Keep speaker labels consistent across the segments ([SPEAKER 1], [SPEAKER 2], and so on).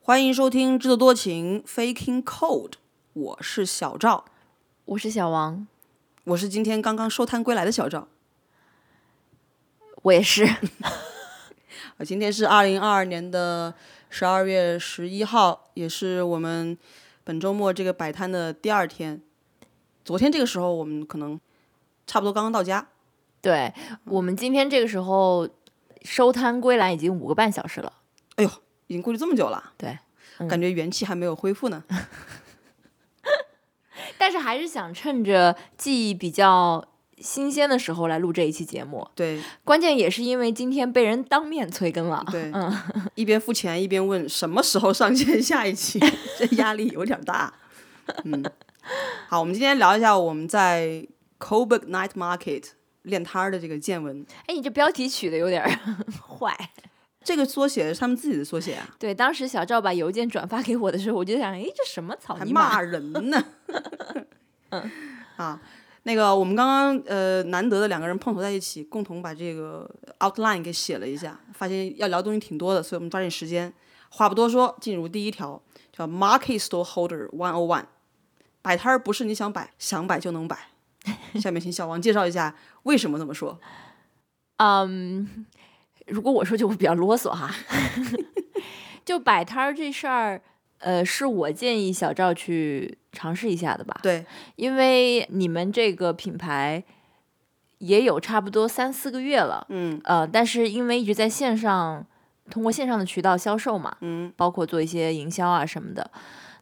[SPEAKER 1] 欢迎收听《制作多情 Faking Code》，我是小赵，
[SPEAKER 2] 我是小王，
[SPEAKER 1] 我是今天刚刚收摊归来的小赵。
[SPEAKER 2] 我也 是。
[SPEAKER 1] 啊，今天是二零二二年的十二月十一号，也是我们本周末这个摆摊的第二天。昨天这个时候，我们可能差不多刚刚到家。
[SPEAKER 2] 对我们今天这个时候收摊归来已经五个半小时了，
[SPEAKER 1] 哎呦，已经过去这么久了，
[SPEAKER 2] 对，
[SPEAKER 1] 感觉元气还没有恢复呢。
[SPEAKER 2] 但是还是想趁着记忆比较新鲜的时候来录这一期节目。
[SPEAKER 1] 对
[SPEAKER 2] 关键也是因为今天被人当面催更了，
[SPEAKER 1] 对，一边付钱一边问什么时候上线 下一期，这压力有点大。嗯，好，我们今天聊一下我们在 Coburg Night Market 练摊儿的这个见闻。
[SPEAKER 2] 哎，你这标题取的有点儿 坏。
[SPEAKER 1] 这个缩写是他们自己的缩写啊，
[SPEAKER 2] 对，当时小赵把邮件转发给我的时候，我就想，哎，这什么草
[SPEAKER 1] 还
[SPEAKER 2] 泥马？
[SPEAKER 1] 骂人呢。嗯 啊，那个我们刚刚呃难得的两个人碰头在一起，共同把这个呃 outline 给写了一下，发现要聊东西挺多的，所以我们抓紧时间，话不多说，进入第一条，叫 Market Store Holder One O One，摆摊儿不是你想摆想摆就能摆。下面请小王介绍一下为什么这么说。
[SPEAKER 2] 嗯，如果我说就会比较啰嗦哈。 就摆摊儿这事儿，呃，是我建议小赵去尝试一下的吧，
[SPEAKER 1] 对
[SPEAKER 2] 因为你们这个品牌也有差不多三四个月了，
[SPEAKER 1] 嗯，
[SPEAKER 2] 呃，但是因为一直在线上，通过线上的渠道销售嘛，
[SPEAKER 1] 嗯，
[SPEAKER 2] 包括做一些营销啊什么的，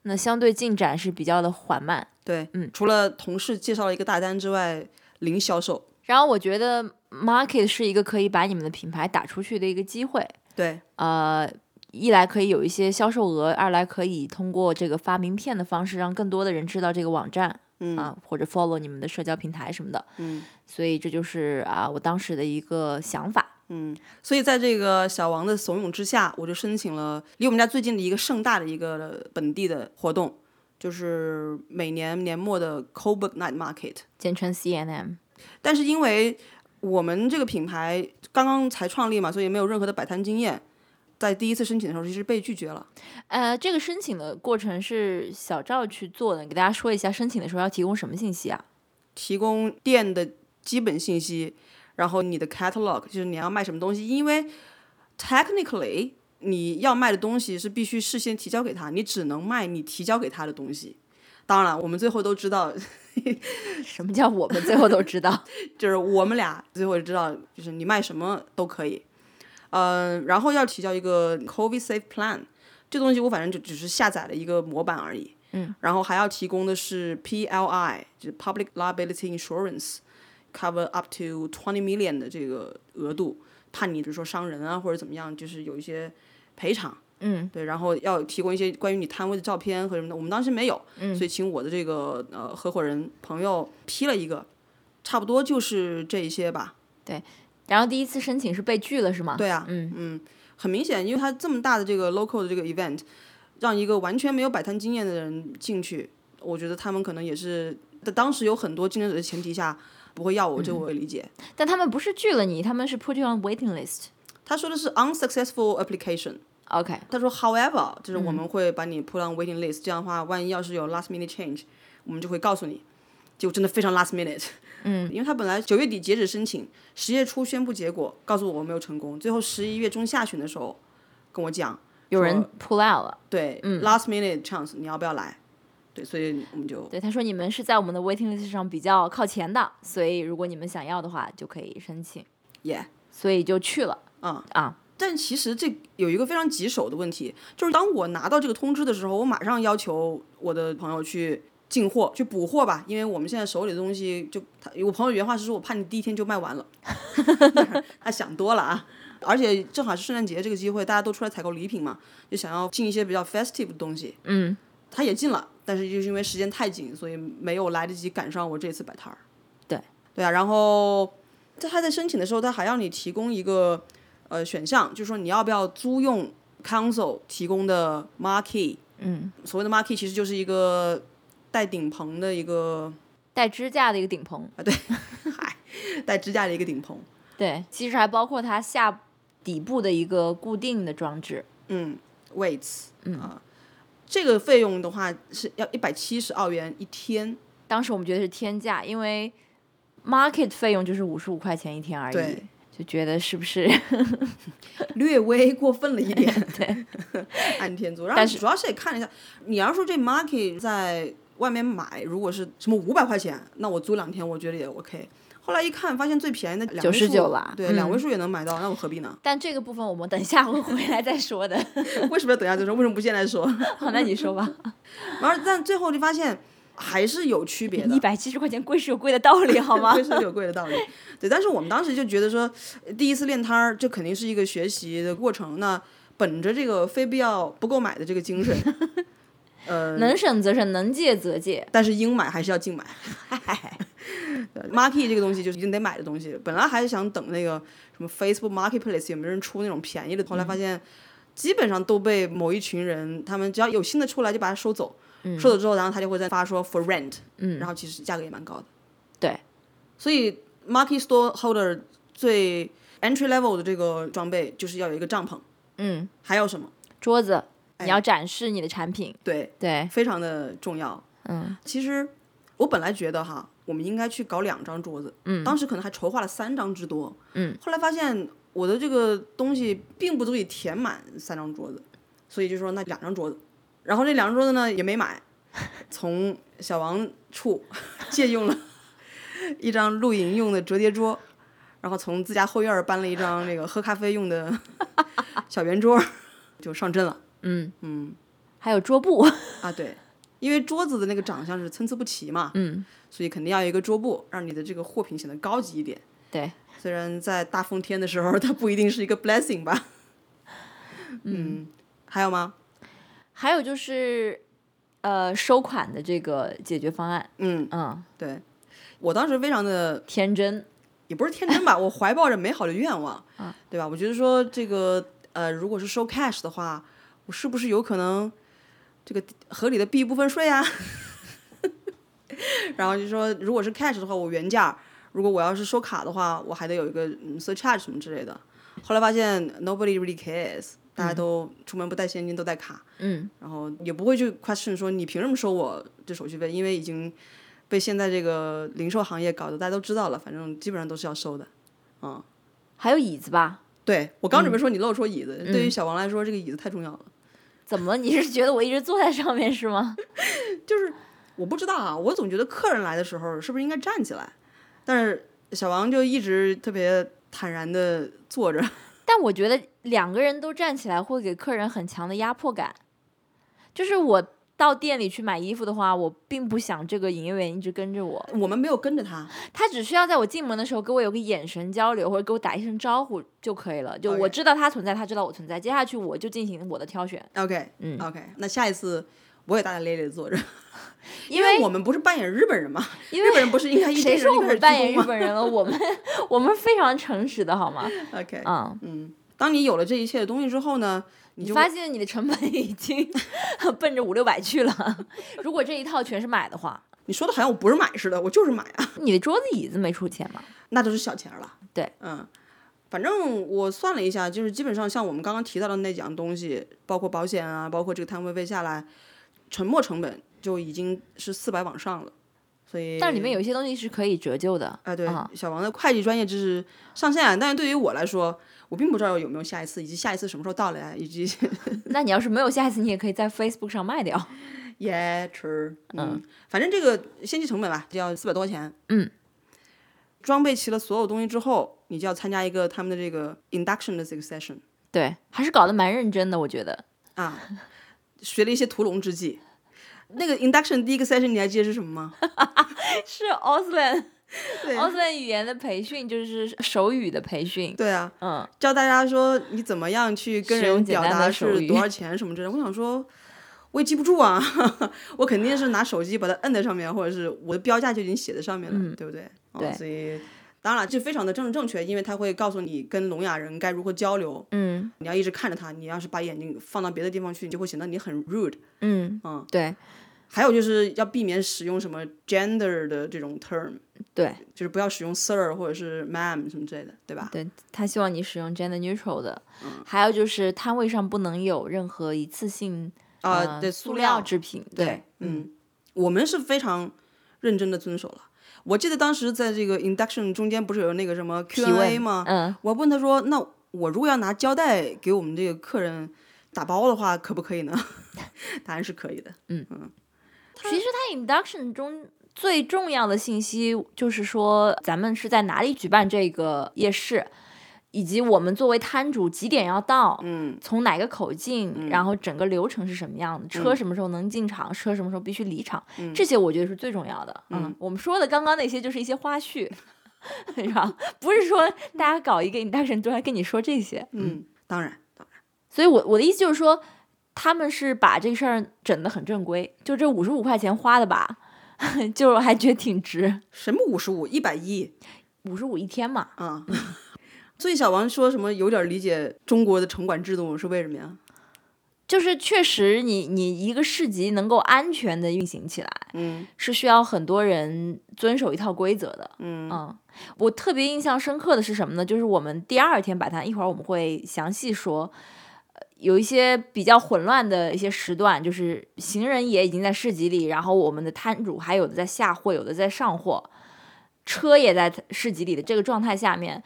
[SPEAKER 2] 那相对进展是比较的缓慢。
[SPEAKER 1] 对，
[SPEAKER 2] 嗯
[SPEAKER 1] 除了同事介绍了一个大单之外，零销售。
[SPEAKER 2] 然后我觉得 market 是一个可以把你们的品牌打出去的一个机会，
[SPEAKER 1] 对
[SPEAKER 2] 呃，一来可以有一些销售额，二来可以通过这个发名片的方式，让更多的人知道这个网站，
[SPEAKER 1] 嗯
[SPEAKER 2] 啊，或者 follow 你们的社交平台什么的，
[SPEAKER 1] 嗯。
[SPEAKER 2] 所以这就是啊我当时的一个想法。
[SPEAKER 1] 嗯，所以在这个小王的怂恿之下，我就申请了离我们家最近的一个盛大的一个本地的活动，就是每年年末的 Coburg Night Market。
[SPEAKER 2] 简称 CNM，
[SPEAKER 1] 但是因为我们这个品牌刚刚才创立嘛，所以没有任何的摆摊经验，在第一次申请的时候其实被拒绝了。
[SPEAKER 2] 呃，这个申请的过程是小赵去做的，给大家说一下申请的时候要提供什么信息啊？
[SPEAKER 1] 提供店的基本信息，然后你的 catalog 就是你要卖什么东西，因为 technically 你要卖的东西是必须事先提交给他，你只能卖你提交给他的东西。当然了，我们最后都知道，
[SPEAKER 2] 什么叫我们最后都知道？
[SPEAKER 1] 就是我们俩最后知道，就是你卖什么都可以。嗯、然后要提交一个 COVID Safe Plan，这东西我反正就只是下载了一个模板而已。嗯，然后还要提供的是 PLI，就是 Public Liability Insurance。cover up to twenty million 的这个额度，怕你比如说伤人啊或者怎么样，就是有一些赔偿。嗯，对，然后要提供一些关于你摊位的照片和什么的，我们当时没有，嗯、所以请我的这个呃合伙人朋友 P 了一个，差不多就是这一些吧。
[SPEAKER 2] 然后第一次申请是被拒了是吗？
[SPEAKER 1] 对啊，嗯很明显，因为它这么大的这个 local 的这个 event，让一个完全没有摆摊经验的人进去，我觉得他们可能也是在当时有很多竞争者的前提下不会要我，这我也理解。
[SPEAKER 2] 但他们不是拒了你，他们是 put you on waiting list。
[SPEAKER 1] 他说的是 unsuccessful application。
[SPEAKER 2] OK，嗯
[SPEAKER 1] 他说，however，就是我们会把你 put on waiting list，、这样的话，万一要是有 last minute change，我们就会告诉你。就真的非常 last minute。嗯，因为他本来九月底截止申请，十月初宣布结果，告诉我我没有成功，最后十一月中下旬的时候跟我讲，
[SPEAKER 2] 有人嗯 pull out 了。
[SPEAKER 1] 对、last minute chance，你要不要来？对，所以我们就
[SPEAKER 2] 对，他说你们是在我们的 waiting list 上比较靠前的，所以如果你们想要的话，就可以申请。
[SPEAKER 1] yeah。
[SPEAKER 2] 所以就去了。
[SPEAKER 1] 嗯
[SPEAKER 2] 啊，
[SPEAKER 1] 但其实这有一个非常棘手的问题，就是当我拿到这个通知的时候，我马上要求我的朋友去进货、去补货吧，因为我们现在手里的东西就他，我朋友原话是说，我怕你第一天就卖完了， 他想多了啊。而且正好是圣诞节这个机会，大家都出来采购礼品嘛，就想要进一些比较 festive 的东西。
[SPEAKER 2] 嗯，
[SPEAKER 1] 他也进了，但是就是因为时间太紧，所以没有来得及赶上我这次摆摊儿。
[SPEAKER 2] 对，
[SPEAKER 1] 对啊，然后在他在申请的时候，他还要你提供一个呃选项，就是说你要不要租用 council 提供的 marquee。
[SPEAKER 2] 嗯，
[SPEAKER 1] 所谓的 marquee 其实就是一个带顶棚的一个
[SPEAKER 2] 带支架的一个顶棚。
[SPEAKER 1] 带支架的一个顶棚。
[SPEAKER 2] 对，其实还包括它下底部的一个固定的装置。
[SPEAKER 1] 嗯， weights，嗯啊、这个费用的话是要一百七十澳元一天，
[SPEAKER 2] 当时我们觉得是天价，因为 market 费用就是五十五块钱一天而已
[SPEAKER 1] 对，
[SPEAKER 2] 就觉得是不是？
[SPEAKER 1] 略微过分了一点， 按天租。然后
[SPEAKER 2] 但是
[SPEAKER 1] 主要是也看了一下，你要说这 market 在外面买，如果是什么五百块钱，那我租两天，我觉得也 OK。后来一看，发现最便宜的两位数
[SPEAKER 2] 99啦
[SPEAKER 1] 对，
[SPEAKER 2] 嗯？
[SPEAKER 1] 两位数也能买到，那我何必呢
[SPEAKER 2] 但这个部分我们等一下会回来再说的。
[SPEAKER 1] 为什么要等一下再说？为什么不现在说？
[SPEAKER 2] 好，那你说吧。
[SPEAKER 1] 然后但最后就发现还是有区别的
[SPEAKER 2] 一，百七十块钱贵是有贵的道理，好吗
[SPEAKER 1] 贵？是有贵的道理。对，但是我们当时就觉得说，呃第一次练摊儿，这肯定是一个学习的过程。那本着这个非必要不购买的这个精神，呃，
[SPEAKER 2] 能省则省，能戒则戒。
[SPEAKER 1] 但是应买还是要尽 买。对 Market 这个东西就是一定得买的东西，本来还是想等那个什么 Facebook Marketplace 有没有人出那种便宜的，后来发现基本上都被某一群人，他们只要有新的出来就把它收走，收走之后，然后他就会再发说 for rent，、
[SPEAKER 2] 嗯
[SPEAKER 1] 然后其实价格也蛮高的。
[SPEAKER 2] 对，
[SPEAKER 1] 所以 Market Store Holder 最 entry level 的这个装备就是要有一个帐篷，
[SPEAKER 2] 嗯，
[SPEAKER 1] 还有什么？
[SPEAKER 2] 桌子，
[SPEAKER 1] 哎
[SPEAKER 2] 你要展示你的产品。
[SPEAKER 1] 对，
[SPEAKER 2] 对，
[SPEAKER 1] 非常的重要。
[SPEAKER 2] 嗯，
[SPEAKER 1] 其实我本来觉得哈，我们应该去搞两张桌子，嗯，当时可能还筹划了三张之多，嗯，后来发现我的这个东西并不足以填满三张桌子，所以就说那两张桌子，然后这两张桌子呢也没买，从小王处 借用了一张露营用的折叠桌。然后从自家后院儿搬了一张那个喝咖啡用的 小圆桌儿，就上阵了
[SPEAKER 2] 还有桌布。
[SPEAKER 1] 啊！对，因为桌子的那个长相是参差不齐嘛，
[SPEAKER 2] 嗯，
[SPEAKER 1] 所以肯定要有一个桌布，让你的这个货品显得高级一点。
[SPEAKER 2] 对，
[SPEAKER 1] 虽然在大风天的时候，它不一定是一个 blessing 吧。嗯，还有吗？
[SPEAKER 2] 还有就是，呃，收款的这个解决方案。
[SPEAKER 1] 嗯，呃
[SPEAKER 2] 嗯，
[SPEAKER 1] 对，我当时非常的
[SPEAKER 2] 天真。
[SPEAKER 1] 也不是天真吧，我怀抱着美好的愿望，对吧？我觉得说这个呃，如果是收 cash 的话，我是不是有可能这个合理的避部分税啊？ 然后就说，如果是 cash 的话，我原价；如果我要是收卡的话，我还得有一个嗯 surcharge 什么之类的。后来发现 nobody really cares，大家都出门不带现金，都带卡，
[SPEAKER 2] 嗯，
[SPEAKER 1] 然后也不会去 question 说你凭什么收我这手续费，因为已经被现在这个零售行业搞得大家都知道了，反正基本上都是要收的。
[SPEAKER 2] 还有椅子吧？
[SPEAKER 1] 对我刚准
[SPEAKER 2] 嗯
[SPEAKER 1] 备说你露出椅子，对于小王来说这个椅子太重要了。
[SPEAKER 2] 怎么了？你是觉得我一直坐在上面是吗？
[SPEAKER 1] 我不知道啊，我总觉得客人来的时候是不是应该站起来，但是小王就一直特别坦然的坐着。
[SPEAKER 2] 但我觉得两个人都站起来会给客人很强的压迫感。就是我到店里去买衣服的话，我并不想这个营业员一直跟着我，
[SPEAKER 1] 我们没有跟着他，
[SPEAKER 2] 他只需要在我进门的时候给我有个眼神交流，或者给我打一声招呼就可以了。就
[SPEAKER 1] OK
[SPEAKER 2] 我知道他存在，他知道我存在，接下去我就进行我的挑选。
[SPEAKER 1] OK，
[SPEAKER 2] 嗯
[SPEAKER 1] ，OK，那下一次我也大大咧咧的坐着，
[SPEAKER 2] 因
[SPEAKER 1] 为
[SPEAKER 2] 为
[SPEAKER 1] 我们不是扮演日本人嘛，
[SPEAKER 2] 因
[SPEAKER 1] 日本人不是应该一
[SPEAKER 2] 谁
[SPEAKER 1] 边
[SPEAKER 2] 说我们扮演
[SPEAKER 1] 日
[SPEAKER 2] 日本人了？我 们我们非常诚实的好吗？
[SPEAKER 1] ？OK，
[SPEAKER 2] 嗯，
[SPEAKER 1] 嗯，当你有了这一切的东西之后呢，你
[SPEAKER 2] 你
[SPEAKER 1] 就
[SPEAKER 2] 发现你的成本已经 奔着五六百去了。 如果这一套全是买的话，
[SPEAKER 1] 你说的好像我不是买似的，我就是买啊，
[SPEAKER 2] 你的桌子椅子没出钱吗？
[SPEAKER 1] 那就是小钱儿了。
[SPEAKER 2] 对，
[SPEAKER 1] 嗯，反正我算了一下，就是基本上像我们刚刚提到的那几样东西，包括保险啊，包括这个摊位费下来，沉没成本就已经是四百往上了。所以，
[SPEAKER 2] 但里面有一些东西是可以折旧的。
[SPEAKER 1] 啊，对
[SPEAKER 2] 啊，
[SPEAKER 1] 小王的会计专业知识上线啊，但是对于我来说，我并不知道有没有下一次，以及下一次什么时候到来，啊以及
[SPEAKER 2] 那你要是没有下一次，你也可以在 Facebook 上卖掉。
[SPEAKER 1] Yeah, true。嗯，反正这个先期成本吧，就要四百多块钱。
[SPEAKER 2] 嗯，
[SPEAKER 1] 装备齐了所有东西之后，你就要参加一个他们的这个 induction 的这个 session
[SPEAKER 2] 对，还是搞得蛮认真的，我觉得。
[SPEAKER 1] 啊，学了一些屠龙之技。那个 induction 第一个 session 你还记得是什么吗？
[SPEAKER 2] 是 Auslan
[SPEAKER 1] 对
[SPEAKER 2] Auslan 语言的培训，就是手语的培训。
[SPEAKER 1] 对啊，
[SPEAKER 2] 嗯，
[SPEAKER 1] 教大家说你怎么样去跟
[SPEAKER 2] 使用
[SPEAKER 1] 人
[SPEAKER 2] 简
[SPEAKER 1] 表
[SPEAKER 2] 单的
[SPEAKER 1] 达
[SPEAKER 2] 手
[SPEAKER 1] 是
[SPEAKER 2] 语
[SPEAKER 1] 多少钱什么之类的。我想说，我也记不住啊， 我肯定是拿手机把它摁在上面，或者是我的标价就已经写在上面了，对不对？哦
[SPEAKER 2] 嗯对
[SPEAKER 1] 所以当然了，这非常的政治正确，因为它会告诉你跟聋哑人该如何交流。
[SPEAKER 2] 嗯
[SPEAKER 1] 你要一直看着他，你要是把眼睛放到别的地方去，你就会显得你很 rude。
[SPEAKER 2] 嗯
[SPEAKER 1] 嗯，
[SPEAKER 2] 对。
[SPEAKER 1] 还有就是要避免使用什么 gender 的这种 term，
[SPEAKER 2] 对
[SPEAKER 1] 就是不要使用 sir 或者是 ma'am 什么之类的，对吧？
[SPEAKER 2] 对，他希望你使用 gender neutral 的，
[SPEAKER 1] 嗯
[SPEAKER 2] 还有就是摊位上不能有任何一次性
[SPEAKER 1] 啊、
[SPEAKER 2] 呃
[SPEAKER 1] 对，
[SPEAKER 2] 塑
[SPEAKER 1] 料
[SPEAKER 2] 制品，
[SPEAKER 1] 对，嗯，我们是非常认真的遵守了。我记得当时在这个 induction 中间不是有那个什么
[SPEAKER 2] 提问
[SPEAKER 1] Q&A 吗？
[SPEAKER 2] 嗯，
[SPEAKER 1] 我问他说：“那我如果要拿胶带给我们这个客人打包的话，可不可以呢？” 答案是可以的。
[SPEAKER 2] 其实它 induction 中最重要的信息就是说，咱们是在哪里举办这个夜市，以及我们作为摊主几点要到，
[SPEAKER 1] 嗯，
[SPEAKER 2] 从哪个口进，然后整个流程是什么样的，车什么时候能进场，车什么时候必须离场，这些我觉得是最重要的。嗯，我们说的刚刚那些就是一些花絮。 是吧？不是说大家搞一个 induction 都来跟你说这些，
[SPEAKER 1] 嗯，当然，
[SPEAKER 2] 所以我我的意思就是说，他们是把这个事儿整得很正规，就这五十五块钱花的吧， 就还觉得挺值，
[SPEAKER 1] 什么五十五、一百一
[SPEAKER 2] 五十五一天嘛。
[SPEAKER 1] 啊？ 所以小王说什么有点理解中国的城管制度是为什么呀？
[SPEAKER 2] 就是确实你，你一个市集能够安全的运行起来，
[SPEAKER 1] 嗯
[SPEAKER 2] 是需要很多人遵守一套规则的。
[SPEAKER 1] 嗯
[SPEAKER 2] 嗯，我特别印象深刻的是什么呢？就是我们第二天摆摊，一会儿我们会详细说。呃有一些比较混乱的一些时段，就是行人也已经在市集里，然后我们的摊主还有的在下货，有的在上货，车也在市集里的这个状态下面，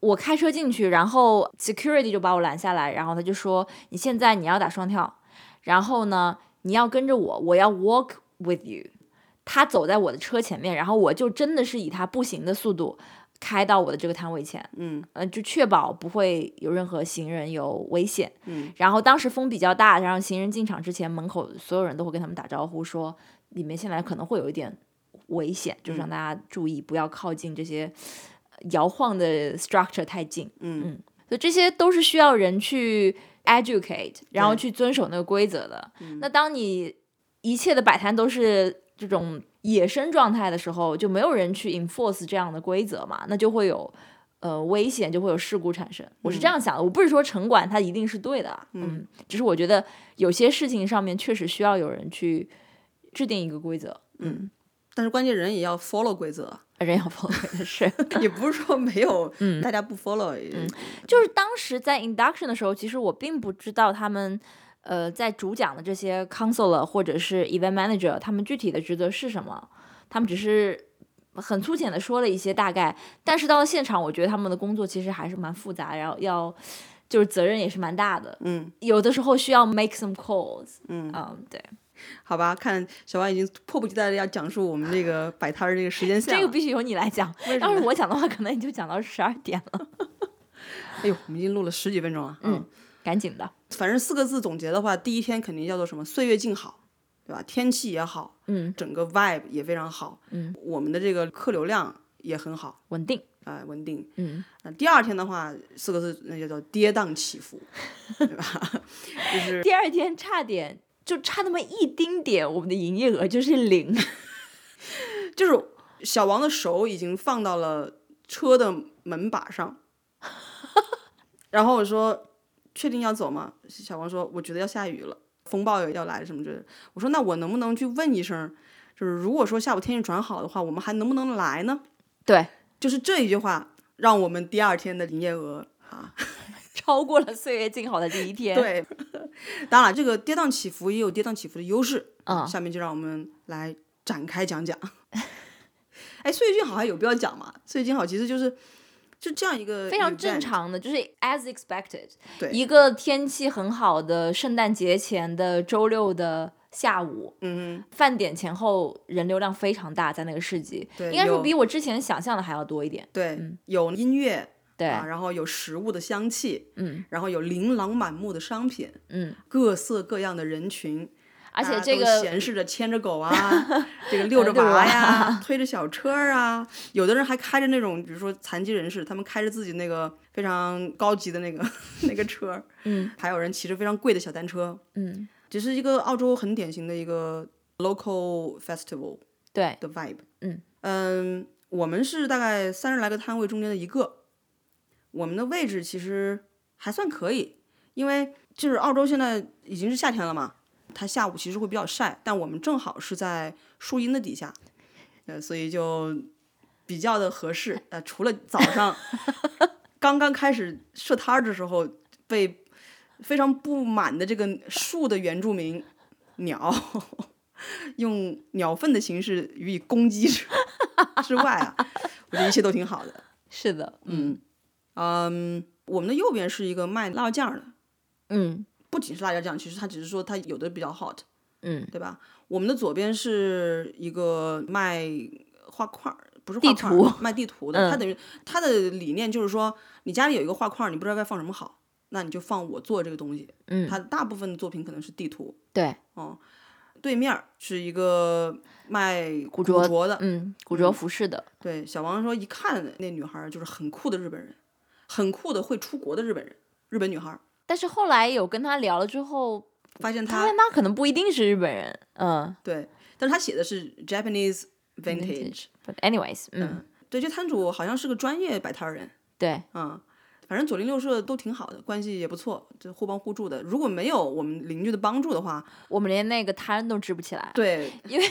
[SPEAKER 2] 我开车进去，然后 security 就把我拦下来，然后他就说：“你现在你要打双跳，然后呢，你要跟着我，我要 walk with you。”他走在我的车前面，然后我就真的是以他步行的速度开到我的这个摊位前，
[SPEAKER 1] 嗯
[SPEAKER 2] 呃，就确保不会有任何行人有危险。
[SPEAKER 1] 嗯，
[SPEAKER 2] 然后当时风比较大，然后行人进场之前，门口所有人都会跟他们打招呼说，里面现在可能会有一点危险，就是让大家注意，不要靠近这些呃摇晃的 structure 太近。
[SPEAKER 1] 嗯
[SPEAKER 2] 嗯，所以这些都是需要人去 educate，然后
[SPEAKER 1] 对
[SPEAKER 2] 去遵守那个规则的。那当你一切的摆摊都是这种野生状态的时候，就没有人去 enforce 这样的规则嘛，那就会有呃危险，就会有事故产生。我是这样想的，我不是说城管它一定是对的啊，嗯只是我觉得有些事情上面确实需要有人去制定一个规则，
[SPEAKER 1] 但是关键人也要 follow 规则，
[SPEAKER 2] 人要 follow 的是。
[SPEAKER 1] 也不是说没有，大家不 follow，嗯
[SPEAKER 2] 就是当时在 induction 的时候，其实我并不知道他们，呃，在主讲的这些 counselor 或者是 event manager 他们具体的职责是什么，他们只是很粗浅的说了一些大概，但是到了现场，我觉得他们的工作其实还是蛮复杂，然后要就是责任也是蛮大的，
[SPEAKER 1] 嗯
[SPEAKER 2] 有的时候需要 make some calls，
[SPEAKER 1] 嗯，
[SPEAKER 2] 嗯，对，
[SPEAKER 1] 好吧，看小王已经迫不及待的要讲述我们这个摆摊儿这个时间线
[SPEAKER 2] 这个
[SPEAKER 1] 了。
[SPEAKER 2] 必须由你来讲，
[SPEAKER 1] 啊为什
[SPEAKER 2] 要
[SPEAKER 1] 么
[SPEAKER 2] 是
[SPEAKER 1] 呢？
[SPEAKER 2] 我讲的话，可能你就讲到十二点了，
[SPEAKER 1] 哎呦，我们已经录了十几分钟了。
[SPEAKER 2] 嗯赶紧的，
[SPEAKER 1] 反正四个字总结的话，第一天肯定叫做什么？岁月静好，对吧？天气也好，
[SPEAKER 2] 嗯，
[SPEAKER 1] 整个 vibe 也非常好，
[SPEAKER 2] 嗯，
[SPEAKER 1] 我们的这个客流量也很好，
[SPEAKER 2] 稳定，
[SPEAKER 1] 啊、稳定。
[SPEAKER 2] 嗯，
[SPEAKER 1] 那第二天的话，四个字那就叫跌宕起伏，对吧？就是
[SPEAKER 2] 第二天差点就差那么一丁点，我们的营业额就是零。
[SPEAKER 1] 就是小王的手已经放到了车的门把上，然后我说：“确定要走吗？”小王说：“我觉得要下雨了，风暴也要来了什么之类的。”我说：“那我能不能去问一声？就是如果说下午天气转好的话，我们还能不能来呢？”
[SPEAKER 2] 对，
[SPEAKER 1] 就是这一句话，让我们第二天的营业额啊，
[SPEAKER 2] 超过了岁月静好的第一天。，
[SPEAKER 1] 对， 当然了这个跌宕起伏也有跌宕起伏的优势。
[SPEAKER 2] 嗯，
[SPEAKER 1] 下面就让我们来展开讲讲。 哎，岁月静好还有必要讲吗？岁月静好其实就是就这样一个
[SPEAKER 2] 非常正
[SPEAKER 1] event，
[SPEAKER 2] 常的，就是 as expected。
[SPEAKER 1] 对
[SPEAKER 2] 一个天气很好的圣诞节前的周六的下午，
[SPEAKER 1] 嗯
[SPEAKER 2] 饭点前后人流量非常大，在那个市集，
[SPEAKER 1] 对
[SPEAKER 2] 应该说
[SPEAKER 1] 有
[SPEAKER 2] 比我之前想象的还要多一点。
[SPEAKER 1] 对，有音乐
[SPEAKER 2] 嗯对，
[SPEAKER 1] 啊，然后有食物的香气，
[SPEAKER 2] 嗯
[SPEAKER 1] 然后有琳琅满目的商品，
[SPEAKER 2] 嗯，
[SPEAKER 1] 各色各样的人群，
[SPEAKER 2] 而且
[SPEAKER 1] 大家
[SPEAKER 2] 这
[SPEAKER 1] 都
[SPEAKER 2] 个
[SPEAKER 1] 闲适着牵着 狗啊，这个遛着
[SPEAKER 2] 遛
[SPEAKER 1] 娃
[SPEAKER 2] 娃
[SPEAKER 1] 呀， 推着小车儿啊，有的人还开着那种，比如说残疾人士，他们开着自己那个非常高级的那个 那个车儿，
[SPEAKER 2] 嗯
[SPEAKER 1] 还有人骑着非常贵的小单车，
[SPEAKER 2] 嗯，
[SPEAKER 1] 只是一个澳洲很典型的一个 local festival
[SPEAKER 2] 对，
[SPEAKER 1] 的 vibe。
[SPEAKER 2] 嗯
[SPEAKER 1] 嗯我们是大概三十来个摊位中间的一个，我们的位置其实还算可以，因为就是澳洲现在已经是夏天了嘛，它下午其实会比较晒，但我们正好是在树荫的底下，呃，所以就比较的合适。呃，除了早上 刚刚开始设摊儿的时候被非常不满的这个树的原住民鸟用鸟粪的形式予以攻击之 之外啊，我觉得一切都挺好的。
[SPEAKER 2] 是的，嗯
[SPEAKER 1] 嗯，我们的右边是一个卖辣椒酱的，
[SPEAKER 2] 嗯
[SPEAKER 1] 不仅是辣椒酱，其实它只是说它有的比较 hot，
[SPEAKER 2] 嗯，
[SPEAKER 1] 对吧？我们的左边是一个卖画框儿，不是
[SPEAKER 2] 地
[SPEAKER 1] 画框儿
[SPEAKER 2] 图
[SPEAKER 1] 卖地图 的。它
[SPEAKER 2] 嗯
[SPEAKER 1] 等于它的理念就是说，你家里有一个画框儿，你不知道该放什么好，那你就放我做这个东西。
[SPEAKER 2] 嗯
[SPEAKER 1] 它大部分的作品可能是地图。哦
[SPEAKER 2] 对，
[SPEAKER 1] 对面儿是一个卖古
[SPEAKER 2] 着
[SPEAKER 1] 的，
[SPEAKER 2] 嗯，古着服饰的，
[SPEAKER 1] 对小王说，一看那女孩儿就是很酷的日本人，很酷的会出国的日本人，日本女孩儿。
[SPEAKER 2] 但是后来有跟他聊了之后，
[SPEAKER 1] 发现
[SPEAKER 2] 他
[SPEAKER 1] 她
[SPEAKER 2] 那可能不一定是日本人，嗯
[SPEAKER 1] 对，但是她写的是 Japanese vintage，
[SPEAKER 2] ，but anyways，嗯，
[SPEAKER 1] 对，这摊主好像是个专业摆摊儿人，
[SPEAKER 2] 对，
[SPEAKER 1] 嗯，反正左邻右舍都挺好的，关系也不错，就互帮互助的。如果没有我们邻居的帮助的话，
[SPEAKER 2] 我们连那个摊都支不起来，
[SPEAKER 1] 对，
[SPEAKER 2] 因为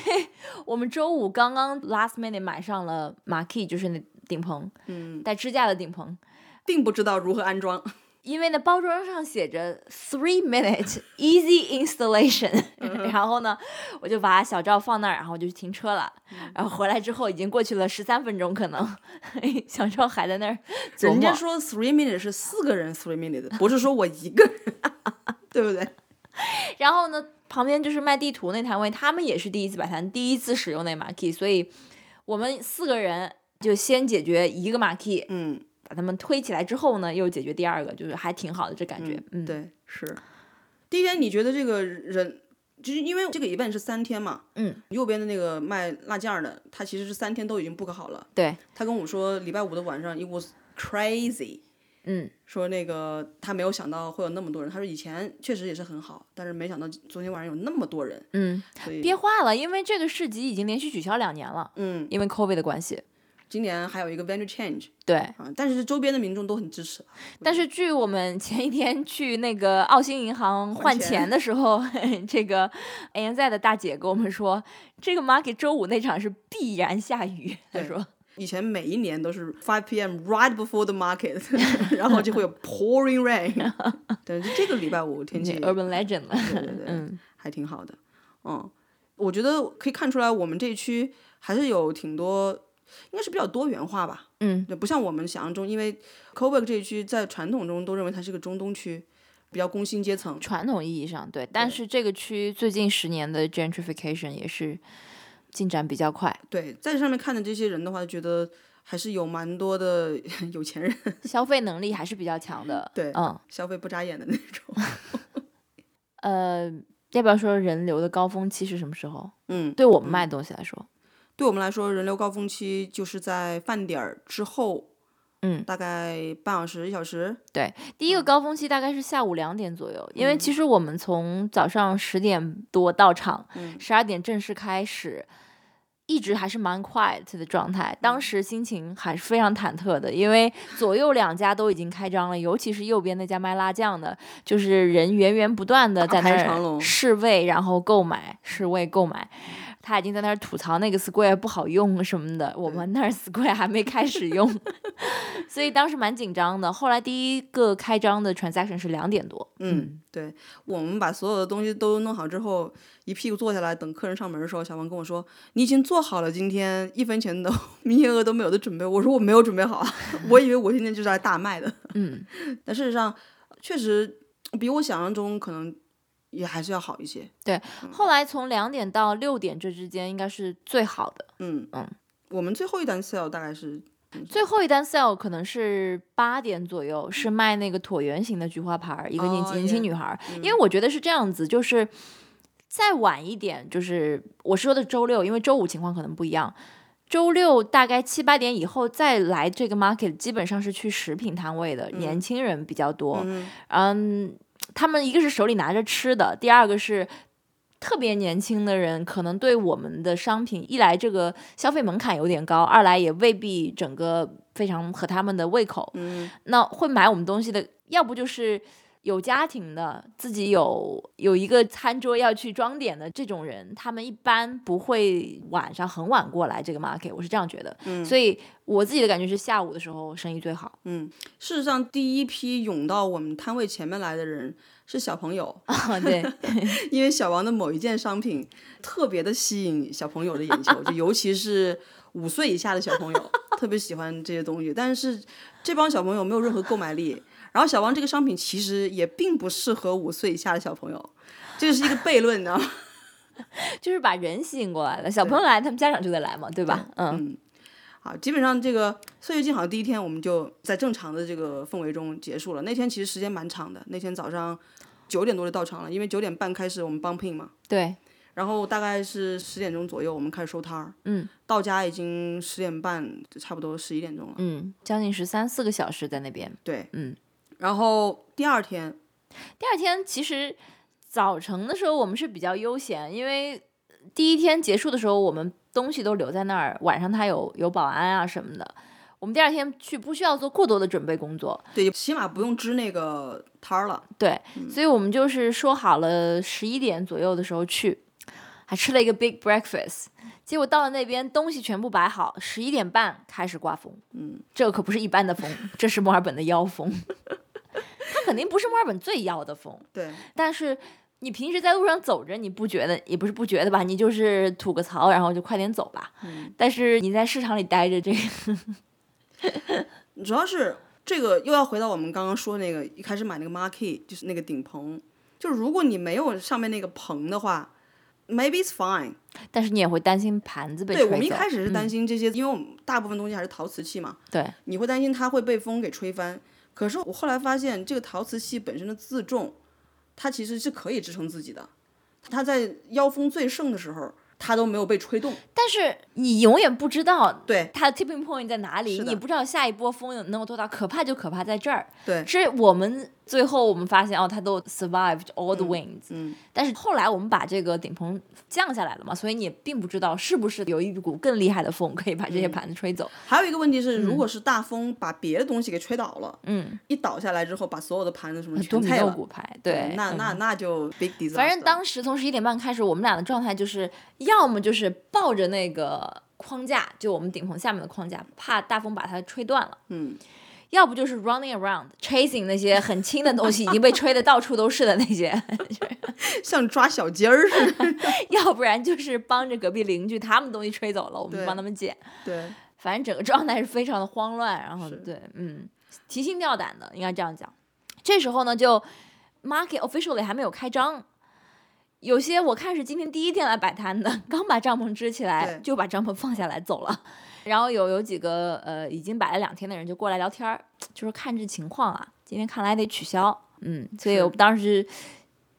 [SPEAKER 2] 我们周五刚刚 last minute 买上了马 key，就是那顶棚，
[SPEAKER 1] 嗯，
[SPEAKER 2] 带支架的顶棚，
[SPEAKER 1] 并不知道如何安装。
[SPEAKER 2] 因为那包装上写着 three minute easy installation，然 后呢，我就把小赵放那儿，然后我就去停车了。然后回来之后已经过去了十三分钟，可能 小赵还在那儿琢
[SPEAKER 1] 人
[SPEAKER 2] 磨
[SPEAKER 1] 家。说 three minute 是四个人 three minute，不是说我一个人， 对不对？
[SPEAKER 2] 然后呢，旁边就是卖地图那摊位，他们也是第一次摆摊，第一次使用那马 key，所以我们四个人就先解决一个马 key，
[SPEAKER 1] 嗯，
[SPEAKER 2] 把他们推起来之后呢，又解决第二个，就是还挺好的这感觉。嗯，
[SPEAKER 1] 对，是。第一天你觉得这个人，就是因为这个 event 是三天嘛，
[SPEAKER 2] 嗯，
[SPEAKER 1] 右边的那个卖辣酱的，他其实是三天都已经 book 好了。
[SPEAKER 2] 对，
[SPEAKER 1] 他跟我说礼拜五的晚上，it was crazy。
[SPEAKER 2] 嗯，
[SPEAKER 1] 说那个他没有想到会有那么多人，他说以前确实也是很好，但是没想到昨天晚上有那么多人，
[SPEAKER 2] 嗯，
[SPEAKER 1] 所以
[SPEAKER 2] 憋坏了，因为这个市集已经连续取消两年了。
[SPEAKER 1] 嗯，
[SPEAKER 2] 因为 COVID 的关系。
[SPEAKER 1] 今年还有一个 venue change
[SPEAKER 2] 对，
[SPEAKER 1] 啊，但是周边的民众都很支持，
[SPEAKER 2] 但是据我们 前一天去那个澳新银行换钱的时候， 这个 ANZ 的大姐跟我们说，这个 market 周五那场是必然下雨。她
[SPEAKER 1] 对
[SPEAKER 2] 说，
[SPEAKER 1] 以前每一年都是 five p.m. right before the market，然 后就会有 pouring rain，对，就这个礼拜五天气
[SPEAKER 2] 这 urban legend 了。
[SPEAKER 1] 对 对对
[SPEAKER 2] 嗯，
[SPEAKER 1] 还挺好的，嗯，我觉得可以看出来我们这一区还是有挺多，应该是比较多元化吧，
[SPEAKER 2] 嗯，
[SPEAKER 1] 对，不像我们想象中，因为 c o b e c 这一区在传统中都认为它是个中东区，比较工薪阶层，
[SPEAKER 2] 传统意义上对，但是这个区最近十年的 gentrification 也是进展比较快，
[SPEAKER 1] 对，在这上面看的这些人的话，觉得还是有蛮多的 有钱人，
[SPEAKER 2] 消费能力还是比较强的。
[SPEAKER 1] 对
[SPEAKER 2] 嗯，
[SPEAKER 1] 消费不眨眼的那种，
[SPEAKER 2] 呃，要不要说人流的高峰期是什么时候？
[SPEAKER 1] 嗯，
[SPEAKER 2] 对我们卖东西来说，
[SPEAKER 1] 对我们来说，人流高峰期就是在饭点儿之后，
[SPEAKER 2] 嗯
[SPEAKER 1] 大概半小时一小时，
[SPEAKER 2] 第一个高峰期大概是下午两点左右，因为其实我们从早上十点多到场，
[SPEAKER 1] 嗯
[SPEAKER 2] 十二、点正式开始，一直还是蛮 quiet 的状态。
[SPEAKER 1] 嗯
[SPEAKER 2] 当时心情还是非常忐忑的，因为左右两家都已经开张了，尤其是右边那家卖辣酱的，就是人源源不断的在那
[SPEAKER 1] 大排长龙
[SPEAKER 2] 儿试位，然后购买试位购买。他已经在那儿吐槽那个 Square 不好用什么的，我们那儿 Square 还没开始用， 所以当时蛮紧张的。后来第一个开张的 transaction 是两点多，
[SPEAKER 1] 嗯，对，我们把所有的东西都弄好之后，一屁股坐下来等客人上门的时候，小王跟我说：“你已经做好了今天一分钱的营业额都没有的准备。”我说：“我没有准备好啊， 我以为我今天就是来大卖的。
[SPEAKER 2] 嗯，”
[SPEAKER 1] 但事实上，确实比我想象中可能也还是要好一些。嗯
[SPEAKER 2] 后来从两点到六点这之间应该是最好的，
[SPEAKER 1] 嗯
[SPEAKER 2] 嗯，
[SPEAKER 1] 我们最后一单 sale 大概是
[SPEAKER 2] 最后一单 sale 可能是八点左右，是卖那个椭圆形的菊花牌儿，一个年
[SPEAKER 1] 哦
[SPEAKER 2] 轻年轻
[SPEAKER 1] yeah，
[SPEAKER 2] 女孩儿。因为我觉得是这样子，就是再晚一点，就是我说的周六，因为周五情况可能不一样。周六大概七八点以后再来这个 market，基本上是去食品摊位的，年轻人比较多。
[SPEAKER 1] 嗯
[SPEAKER 2] 嗯，他们一个是手里拿着吃的，第二个是特别年轻的人，可能对我们的商品，一来这个消费门槛有点高，二来也未必整个非常合他们的胃口。
[SPEAKER 1] 嗯
[SPEAKER 2] 那会买我们东西的，要不就是。有家庭的，自己有有一个餐桌要去装点的这种人，他们一般不会晚上很晚过来这个 market，我是这样觉得。嗯、所以我自己的感觉是下午的时候生意最好。
[SPEAKER 1] 嗯事实上，第一批涌到我们摊位前面来的人是小朋友，
[SPEAKER 2] 啊，对，
[SPEAKER 1] 因为小王的某一件商品特别的吸引小朋友的眼球，就尤其是五岁以下的小朋友特别喜欢这些东西。但是这帮小朋友没有任何购买力，然后小王这个商品其实也并不适合五岁以下的小朋友，这是一个悖论，你知道吗？
[SPEAKER 2] 就是把人吸引过来了。小朋友来，他们家长就得来嘛，对吧？嗯，
[SPEAKER 1] 啊，基本上这个《岁月静好》第一天，我们就在正常的这个氛围中结束了。那天其实时间蛮长的，那天早上九点多就到场了，因为九点半开始我们帮聘嘛，
[SPEAKER 2] 对，
[SPEAKER 1] 然后大概是十点钟左右我们开始收摊儿，
[SPEAKER 2] 嗯，
[SPEAKER 1] 到家已经十点半，就差不多十一点钟了。
[SPEAKER 2] 嗯，将近十三四个小时在那边。
[SPEAKER 1] 对，
[SPEAKER 2] 嗯。
[SPEAKER 1] 然后第二天，
[SPEAKER 2] 第二天其实早晨的时候我们是比较悠闲，因为第一天结束的时候我们东西都留在那儿，晚上他有有保安啊什么的。我们第二天去不需要做过多的准备工作，
[SPEAKER 1] 对，起码不用支那个摊儿了。
[SPEAKER 2] 对，
[SPEAKER 1] 嗯
[SPEAKER 2] 所以我们就是说好了十一点左右的时候去，还吃了一个 big breakfast。结果到了那边，东西全部摆好，十一点半开始刮风。
[SPEAKER 1] 嗯，
[SPEAKER 2] 这可不是一般的风，这是墨尔本的妖风。 它肯定不是墨尔本最妖的风，
[SPEAKER 1] 对，
[SPEAKER 2] 但是你平时在路上走着，你不觉得也不是不觉得吧？你就是吐个槽，然后就快点走吧。
[SPEAKER 1] 嗯
[SPEAKER 2] 但是你在市场里待着，这个
[SPEAKER 1] 主要是这个又要回到我们刚刚说那个一开始买那个 marquee，就是那个顶棚，就是如果你没有上面那个棚的话，maybe it's fine。
[SPEAKER 2] 但是你也会担心盘子被
[SPEAKER 1] 对
[SPEAKER 2] 吹走。
[SPEAKER 1] 我们一开始是担
[SPEAKER 2] 嗯
[SPEAKER 1] 心这些，因为我们大部分东西还是陶瓷器嘛，
[SPEAKER 2] 对，
[SPEAKER 1] 你会担心它会被风给吹翻。可是我后来发现，这个陶瓷器本身的自重，它其实是可以支撑自己的。它在妖风最盛的时候，它都没有被吹动。
[SPEAKER 2] 但是你永远不知道
[SPEAKER 1] 对
[SPEAKER 2] 它的 tipping point 在哪里，
[SPEAKER 1] 是的
[SPEAKER 2] 你不知道下一波风有能有多大，可怕就可怕在这儿。
[SPEAKER 1] 对
[SPEAKER 2] 是我们最后我们发现哦，它都 survived all the winds，、
[SPEAKER 1] 嗯，
[SPEAKER 2] 但是后来我们把这个顶棚降下来了嘛，所以你也并不知道是不是有一股更厉害的风可以把这
[SPEAKER 1] 嗯
[SPEAKER 2] 些盘子吹走。
[SPEAKER 1] 还有一个问题是，如果是大风把别的东西给吹倒了，
[SPEAKER 2] 嗯，呃
[SPEAKER 1] 一倒下来之后，把所有的盘子什么
[SPEAKER 2] 多
[SPEAKER 1] 全
[SPEAKER 2] 米
[SPEAKER 1] 拆
[SPEAKER 2] 诺
[SPEAKER 1] 了。
[SPEAKER 2] 骨牌，对，
[SPEAKER 1] 那那那就 big disaster 了。
[SPEAKER 2] 反正当时从十一点半开始，我们俩的状态就是要么就是抱着那个框架，就我们顶棚下面的框架，怕大风把它吹断了。
[SPEAKER 1] 嗯，
[SPEAKER 2] 要不就是 running around chasing 那些很轻的东西，已经被吹得到处都是的那些，
[SPEAKER 1] 像抓小鸡儿似的。
[SPEAKER 2] 要不然就是帮着隔壁邻居他们东西吹走了，我们
[SPEAKER 1] 对
[SPEAKER 2] 帮他们捡。
[SPEAKER 1] 对，
[SPEAKER 2] 反正整个状态是非常的慌乱，然后
[SPEAKER 1] 是
[SPEAKER 2] 对，嗯，提心吊胆的，应该这样讲。这时候呢，就 market officially 还没有开张，有些我看是今天第一天来摆摊的，刚把帐篷支起来
[SPEAKER 1] 对
[SPEAKER 2] 就把帐篷放下来走了。然后有有几个呃已经摆了两天的人就过来聊天儿，就说看这情况啊，今天看来得取消。嗯，所以
[SPEAKER 1] 是
[SPEAKER 2] 我当时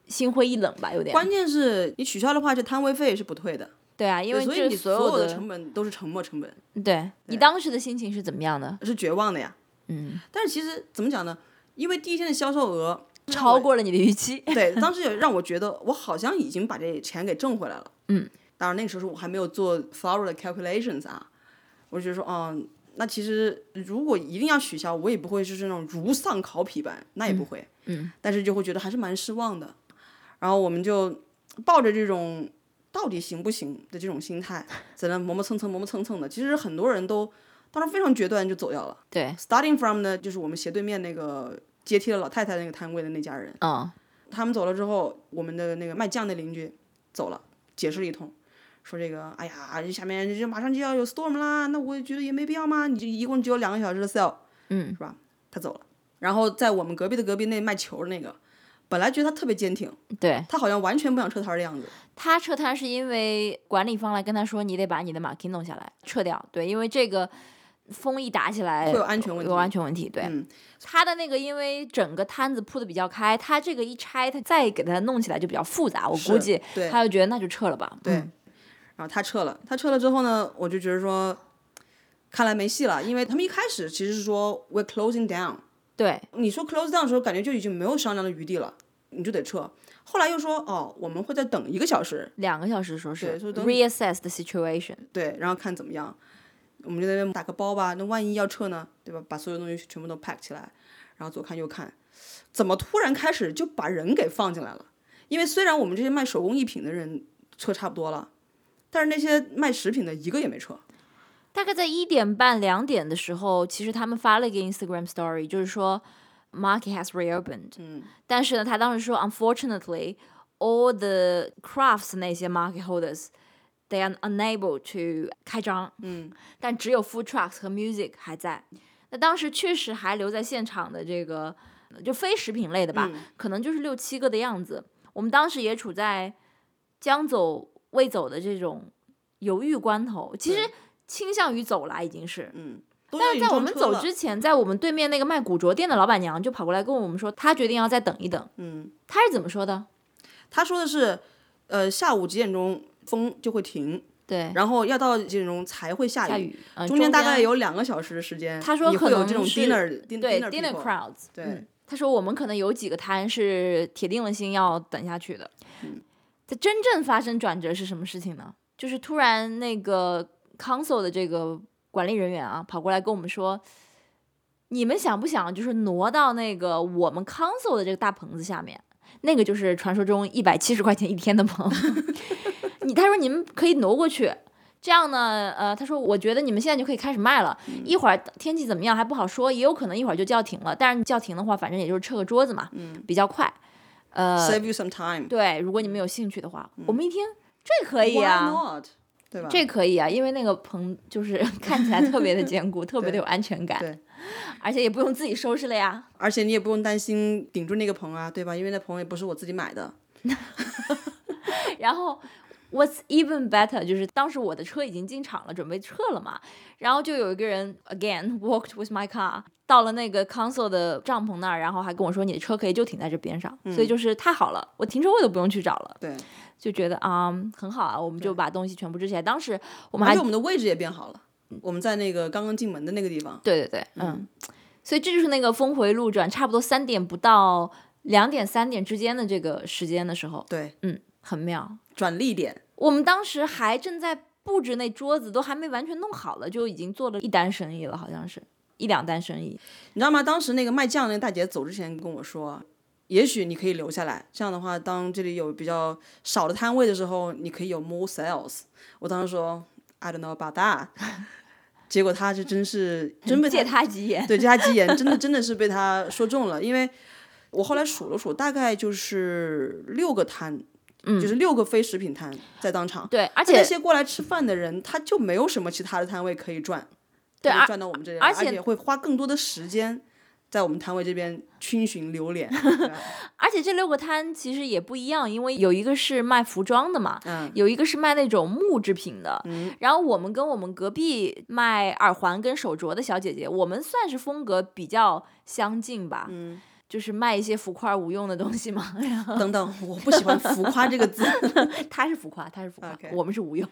[SPEAKER 2] 心灰意冷吧，有点。
[SPEAKER 1] 关键是你取消的话，这摊位费是不退的，
[SPEAKER 2] 对啊，因为
[SPEAKER 1] 对所以
[SPEAKER 2] 这
[SPEAKER 1] 你
[SPEAKER 2] 所
[SPEAKER 1] 有
[SPEAKER 2] 有
[SPEAKER 1] 的
[SPEAKER 2] 的
[SPEAKER 1] 成本都是沉没成本，
[SPEAKER 2] 对你当时的心情是怎么样的？
[SPEAKER 1] 是绝望的呀。
[SPEAKER 2] 嗯，
[SPEAKER 1] 但是其实怎么讲呢？因为第一天的销售额让我
[SPEAKER 2] 超过了你的预期。
[SPEAKER 1] 对，当时也让我觉得我好像已经把这钱给挣回来了。
[SPEAKER 2] 嗯，
[SPEAKER 1] 当然那个时候我还没有做 thorough 的 calculations 啊，我就觉得说，嗯，那其实如果一定要取消，我也不会就是那种如丧考妣般，那也不会。
[SPEAKER 2] 嗯
[SPEAKER 1] 但是就会觉得还是蛮失望的。然后我们就抱着这种到底行不行的这种心态，在那磨磨蹭蹭、磨磨蹭蹭的。其实很多人都当时非常决断就走掉了。
[SPEAKER 2] 对，
[SPEAKER 1] Starting from 呢，就是我们斜对面那个阶梯的老太太那个摊位的那家人。
[SPEAKER 2] 嗯，
[SPEAKER 1] 他们走了之后，我们的那个卖酱的邻居走了，解释了一通，说这个，哎呀，这下面这马上就要有 storm 啦，那我也觉得也没必要嘛，你这一共只有两个小时的 sale，
[SPEAKER 2] 嗯，
[SPEAKER 1] 是吧？他走了，然后在我们隔壁的隔壁那卖球的那个，本来觉得他特别坚挺，
[SPEAKER 2] 对
[SPEAKER 1] 他好像完全不想撤摊儿的样子，
[SPEAKER 2] 他撤摊是因为管理方来跟他说，你得把你的马 k 弄下来，撤掉。对，因为这个风一打起来
[SPEAKER 1] 会有安全问题
[SPEAKER 2] 哎有安全问题。对，
[SPEAKER 1] 嗯
[SPEAKER 2] 他的那个因为整个摊子铺的比较开，他这个一拆，他再给它弄起来就比较复杂。我估
[SPEAKER 1] 是
[SPEAKER 2] 计
[SPEAKER 1] 对
[SPEAKER 2] 他就觉得那就撤了吧。
[SPEAKER 1] 对，
[SPEAKER 2] 嗯
[SPEAKER 1] 然后他撤了，他撤了之后呢，我就觉得说，看来没戏了，因为他们一开始其实是说 we're closing down，
[SPEAKER 2] 对
[SPEAKER 1] 你说 close down 的时候，感觉就已经没有商量的余地了，你就得撤。后来又说，哦，我们会再等一个小时，
[SPEAKER 2] 两个小时说是
[SPEAKER 1] 对所以等
[SPEAKER 2] reassess the situation。
[SPEAKER 1] 对，然后看怎么样。我们就在那边打个包吧，那万一要撤呢，对吧？把所有东西全部都 pack 起来，然后左看右看，怎么突然开始就把人给放进来了？因为虽然我们这些卖手工艺品的人撤差不多了，但是那些卖食品的一个也没撤。
[SPEAKER 2] 大概在一点半两点的时候，其实他们发了一个 Instagram story，就是说 market has reopened，
[SPEAKER 1] 嗯，
[SPEAKER 2] 但是呢，他当时说，unfortunately, all the crafts 那些 market holders they are unable to 开张，
[SPEAKER 1] 嗯，
[SPEAKER 2] 但只有 food trucks 和 music 还在。那当时确实还留在现场的这个就非食品类的吧，
[SPEAKER 1] 嗯
[SPEAKER 2] 可能就是六七个的样子。我们当时也处在将走未走的这种犹豫关头，其实
[SPEAKER 1] 对
[SPEAKER 2] 倾向于走啦，已经是。
[SPEAKER 1] 嗯，
[SPEAKER 2] 但是在我们走
[SPEAKER 1] 之，
[SPEAKER 2] 之前，在我们对面那个卖古着店的老板娘就跑过来跟我们说，她决定要再等一等。
[SPEAKER 1] 嗯，
[SPEAKER 2] 她是怎么说的？
[SPEAKER 1] 他说的是，呃，下午几点钟风就会停，
[SPEAKER 2] 对，
[SPEAKER 1] 然后要到几点钟才会下雨，
[SPEAKER 2] 下雨，呃
[SPEAKER 1] 中间大概有两个小时的时间，
[SPEAKER 2] 他说
[SPEAKER 1] 你
[SPEAKER 2] 可
[SPEAKER 1] 会有
[SPEAKER 2] 能
[SPEAKER 1] 这种
[SPEAKER 2] 是
[SPEAKER 1] dinner din-
[SPEAKER 2] 对
[SPEAKER 1] dinner
[SPEAKER 2] dinner
[SPEAKER 1] people
[SPEAKER 2] crowds，
[SPEAKER 1] 对
[SPEAKER 2] 嗯他说我们可能有几个摊是铁定了心要等下去的。
[SPEAKER 1] 嗯
[SPEAKER 2] 在真正发生转折是什么事情呢？就是突然那个 council 的这个管理人员啊，跑过来跟我们说，你们想不想就是挪到那个我们 council 的这个大棚子下面？那个就是传说中一百七十块钱一天的棚。 你他说你们可以挪过去，这样呢，呃，他说我觉得你们现在就可以开始卖了。
[SPEAKER 1] 嗯
[SPEAKER 2] 一会儿天气怎么样还不好说，也有可能一会儿就叫停了。但是叫停的话，反正也就是撤个桌子嘛，
[SPEAKER 1] 嗯
[SPEAKER 2] 比较快。呃，
[SPEAKER 1] save you some time，
[SPEAKER 2] 对，如果你们有兴趣的话，
[SPEAKER 1] 嗯
[SPEAKER 2] 我们一听这可以
[SPEAKER 1] Why
[SPEAKER 2] 啊，
[SPEAKER 1] not？对吧？
[SPEAKER 2] 这可以啊，因为那个棚就是 看起来特别的坚 固，特别的有安全感
[SPEAKER 1] 对，
[SPEAKER 2] 而且也不用自己收拾了呀。
[SPEAKER 1] 而且你也不用担心顶住那个棚啊，对吧？因为那棚也不是我自己买的。
[SPEAKER 2] 然后。What's even better，就是当时我的车已经进场了，准备撤了嘛，然后就有一个人 again walked with my car 到了那个 console 的帐篷那儿，然后还跟我说你的车可以就停在这边上，所以就是太好了，我停车位都不用去找了，
[SPEAKER 1] 对，
[SPEAKER 2] 就觉得啊、很好啊，我们就把东西全部支起来。当时我们
[SPEAKER 1] 而
[SPEAKER 2] 还
[SPEAKER 1] 且我们的位置也变好了，我们在那个刚刚进门的那个地方。
[SPEAKER 2] 对对对，嗯，所以这就是那个峰回路转，差不多三点不到两点三点之间的这个时间的时候，
[SPEAKER 1] 对，
[SPEAKER 2] 嗯，很妙。
[SPEAKER 1] 转利点，
[SPEAKER 2] 我们当时还正在布置那桌子，都还没完全弄好了，就已经做了一单生意了，好像是一两单生意。
[SPEAKER 1] 你知道吗？当时那个卖酱那个大姐走之前跟我说，也许你可以留下来，这样的话，当这里有比较少的摊位的时候，你可以有 more sales。我当时说 I don't know about that，结果她是真是真被她
[SPEAKER 2] 借他吉言，
[SPEAKER 1] 对，这家鸡眼真的真的是被他说中了，因为我后来数了数，大概就是六个摊，就是六个非食品摊在当场。
[SPEAKER 2] 对，而
[SPEAKER 1] 而那
[SPEAKER 2] 且
[SPEAKER 1] 些过来吃饭的人，他就没有什么其他的摊位可以赚，
[SPEAKER 2] 对
[SPEAKER 1] 他就
[SPEAKER 2] 而
[SPEAKER 1] 赚到我们这里来，
[SPEAKER 2] 而
[SPEAKER 1] 而
[SPEAKER 2] 且
[SPEAKER 1] 会花更多的时间在我们摊位这边逡巡流 连。
[SPEAKER 2] 而且这六个摊其实也不一样，因为有一个是卖服装的嘛，
[SPEAKER 1] 嗯，
[SPEAKER 2] 有一个是卖那种木制品的，然后我们跟我们隔壁卖耳环跟手镯的小姐姐，我们算是风格比较相近吧，
[SPEAKER 1] 嗯
[SPEAKER 2] 就是卖一些浮夸无用的东西嘛。 然后
[SPEAKER 1] 等等，我不喜欢“浮夸”这个 字。
[SPEAKER 2] 她是浮夸，她是浮夸
[SPEAKER 1] OK
[SPEAKER 2] 我们是 无用。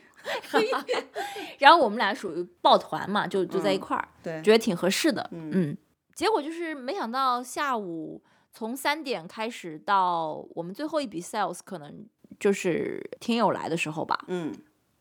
[SPEAKER 2] 然后我们俩属于抱团嘛，就就在一块儿，
[SPEAKER 1] 对，
[SPEAKER 2] 觉得挺合适的，
[SPEAKER 1] 嗯
[SPEAKER 2] 嗯。结果就是没想到下午从三点开始到我们最后一笔 sales 可能就是听友来的时候吧，
[SPEAKER 1] 嗯，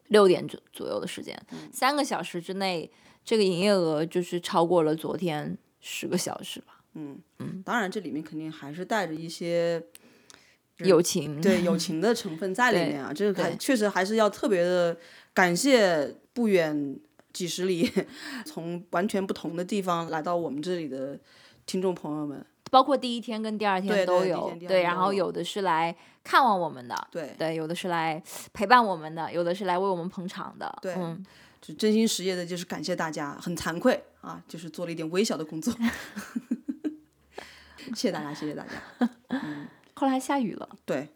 [SPEAKER 2] 六点左左右的时间，三个小时之内，这个营业额就是超过了昨天十个小时吧。
[SPEAKER 1] 嗯
[SPEAKER 2] 嗯
[SPEAKER 1] 当然这里面肯定还是带着一些 是
[SPEAKER 2] 友情，
[SPEAKER 1] 对友情的成分在里面啊，这个还
[SPEAKER 2] 对
[SPEAKER 1] 确实还是要特别的感谢不远几十里， 从完全不同的地方来到我们这里的听众朋友们。
[SPEAKER 2] 包括第一天跟第二天
[SPEAKER 1] 对对
[SPEAKER 2] 都
[SPEAKER 1] 第一
[SPEAKER 2] 有，
[SPEAKER 1] 天第二
[SPEAKER 2] 对，
[SPEAKER 1] 天
[SPEAKER 2] 然
[SPEAKER 1] 都
[SPEAKER 2] 后
[SPEAKER 1] 有
[SPEAKER 2] 有的是来看望我们的，
[SPEAKER 1] 对，
[SPEAKER 2] 对，有的是来陪伴我们的，有的是来为我们捧场的，
[SPEAKER 1] 对
[SPEAKER 2] 嗯，
[SPEAKER 1] 就真心实意的，就是感谢大家，很惭愧啊，就是做了一点微小的工作。 谢谢大家，谢谢大家。
[SPEAKER 2] 后来还下雨了，
[SPEAKER 1] 对，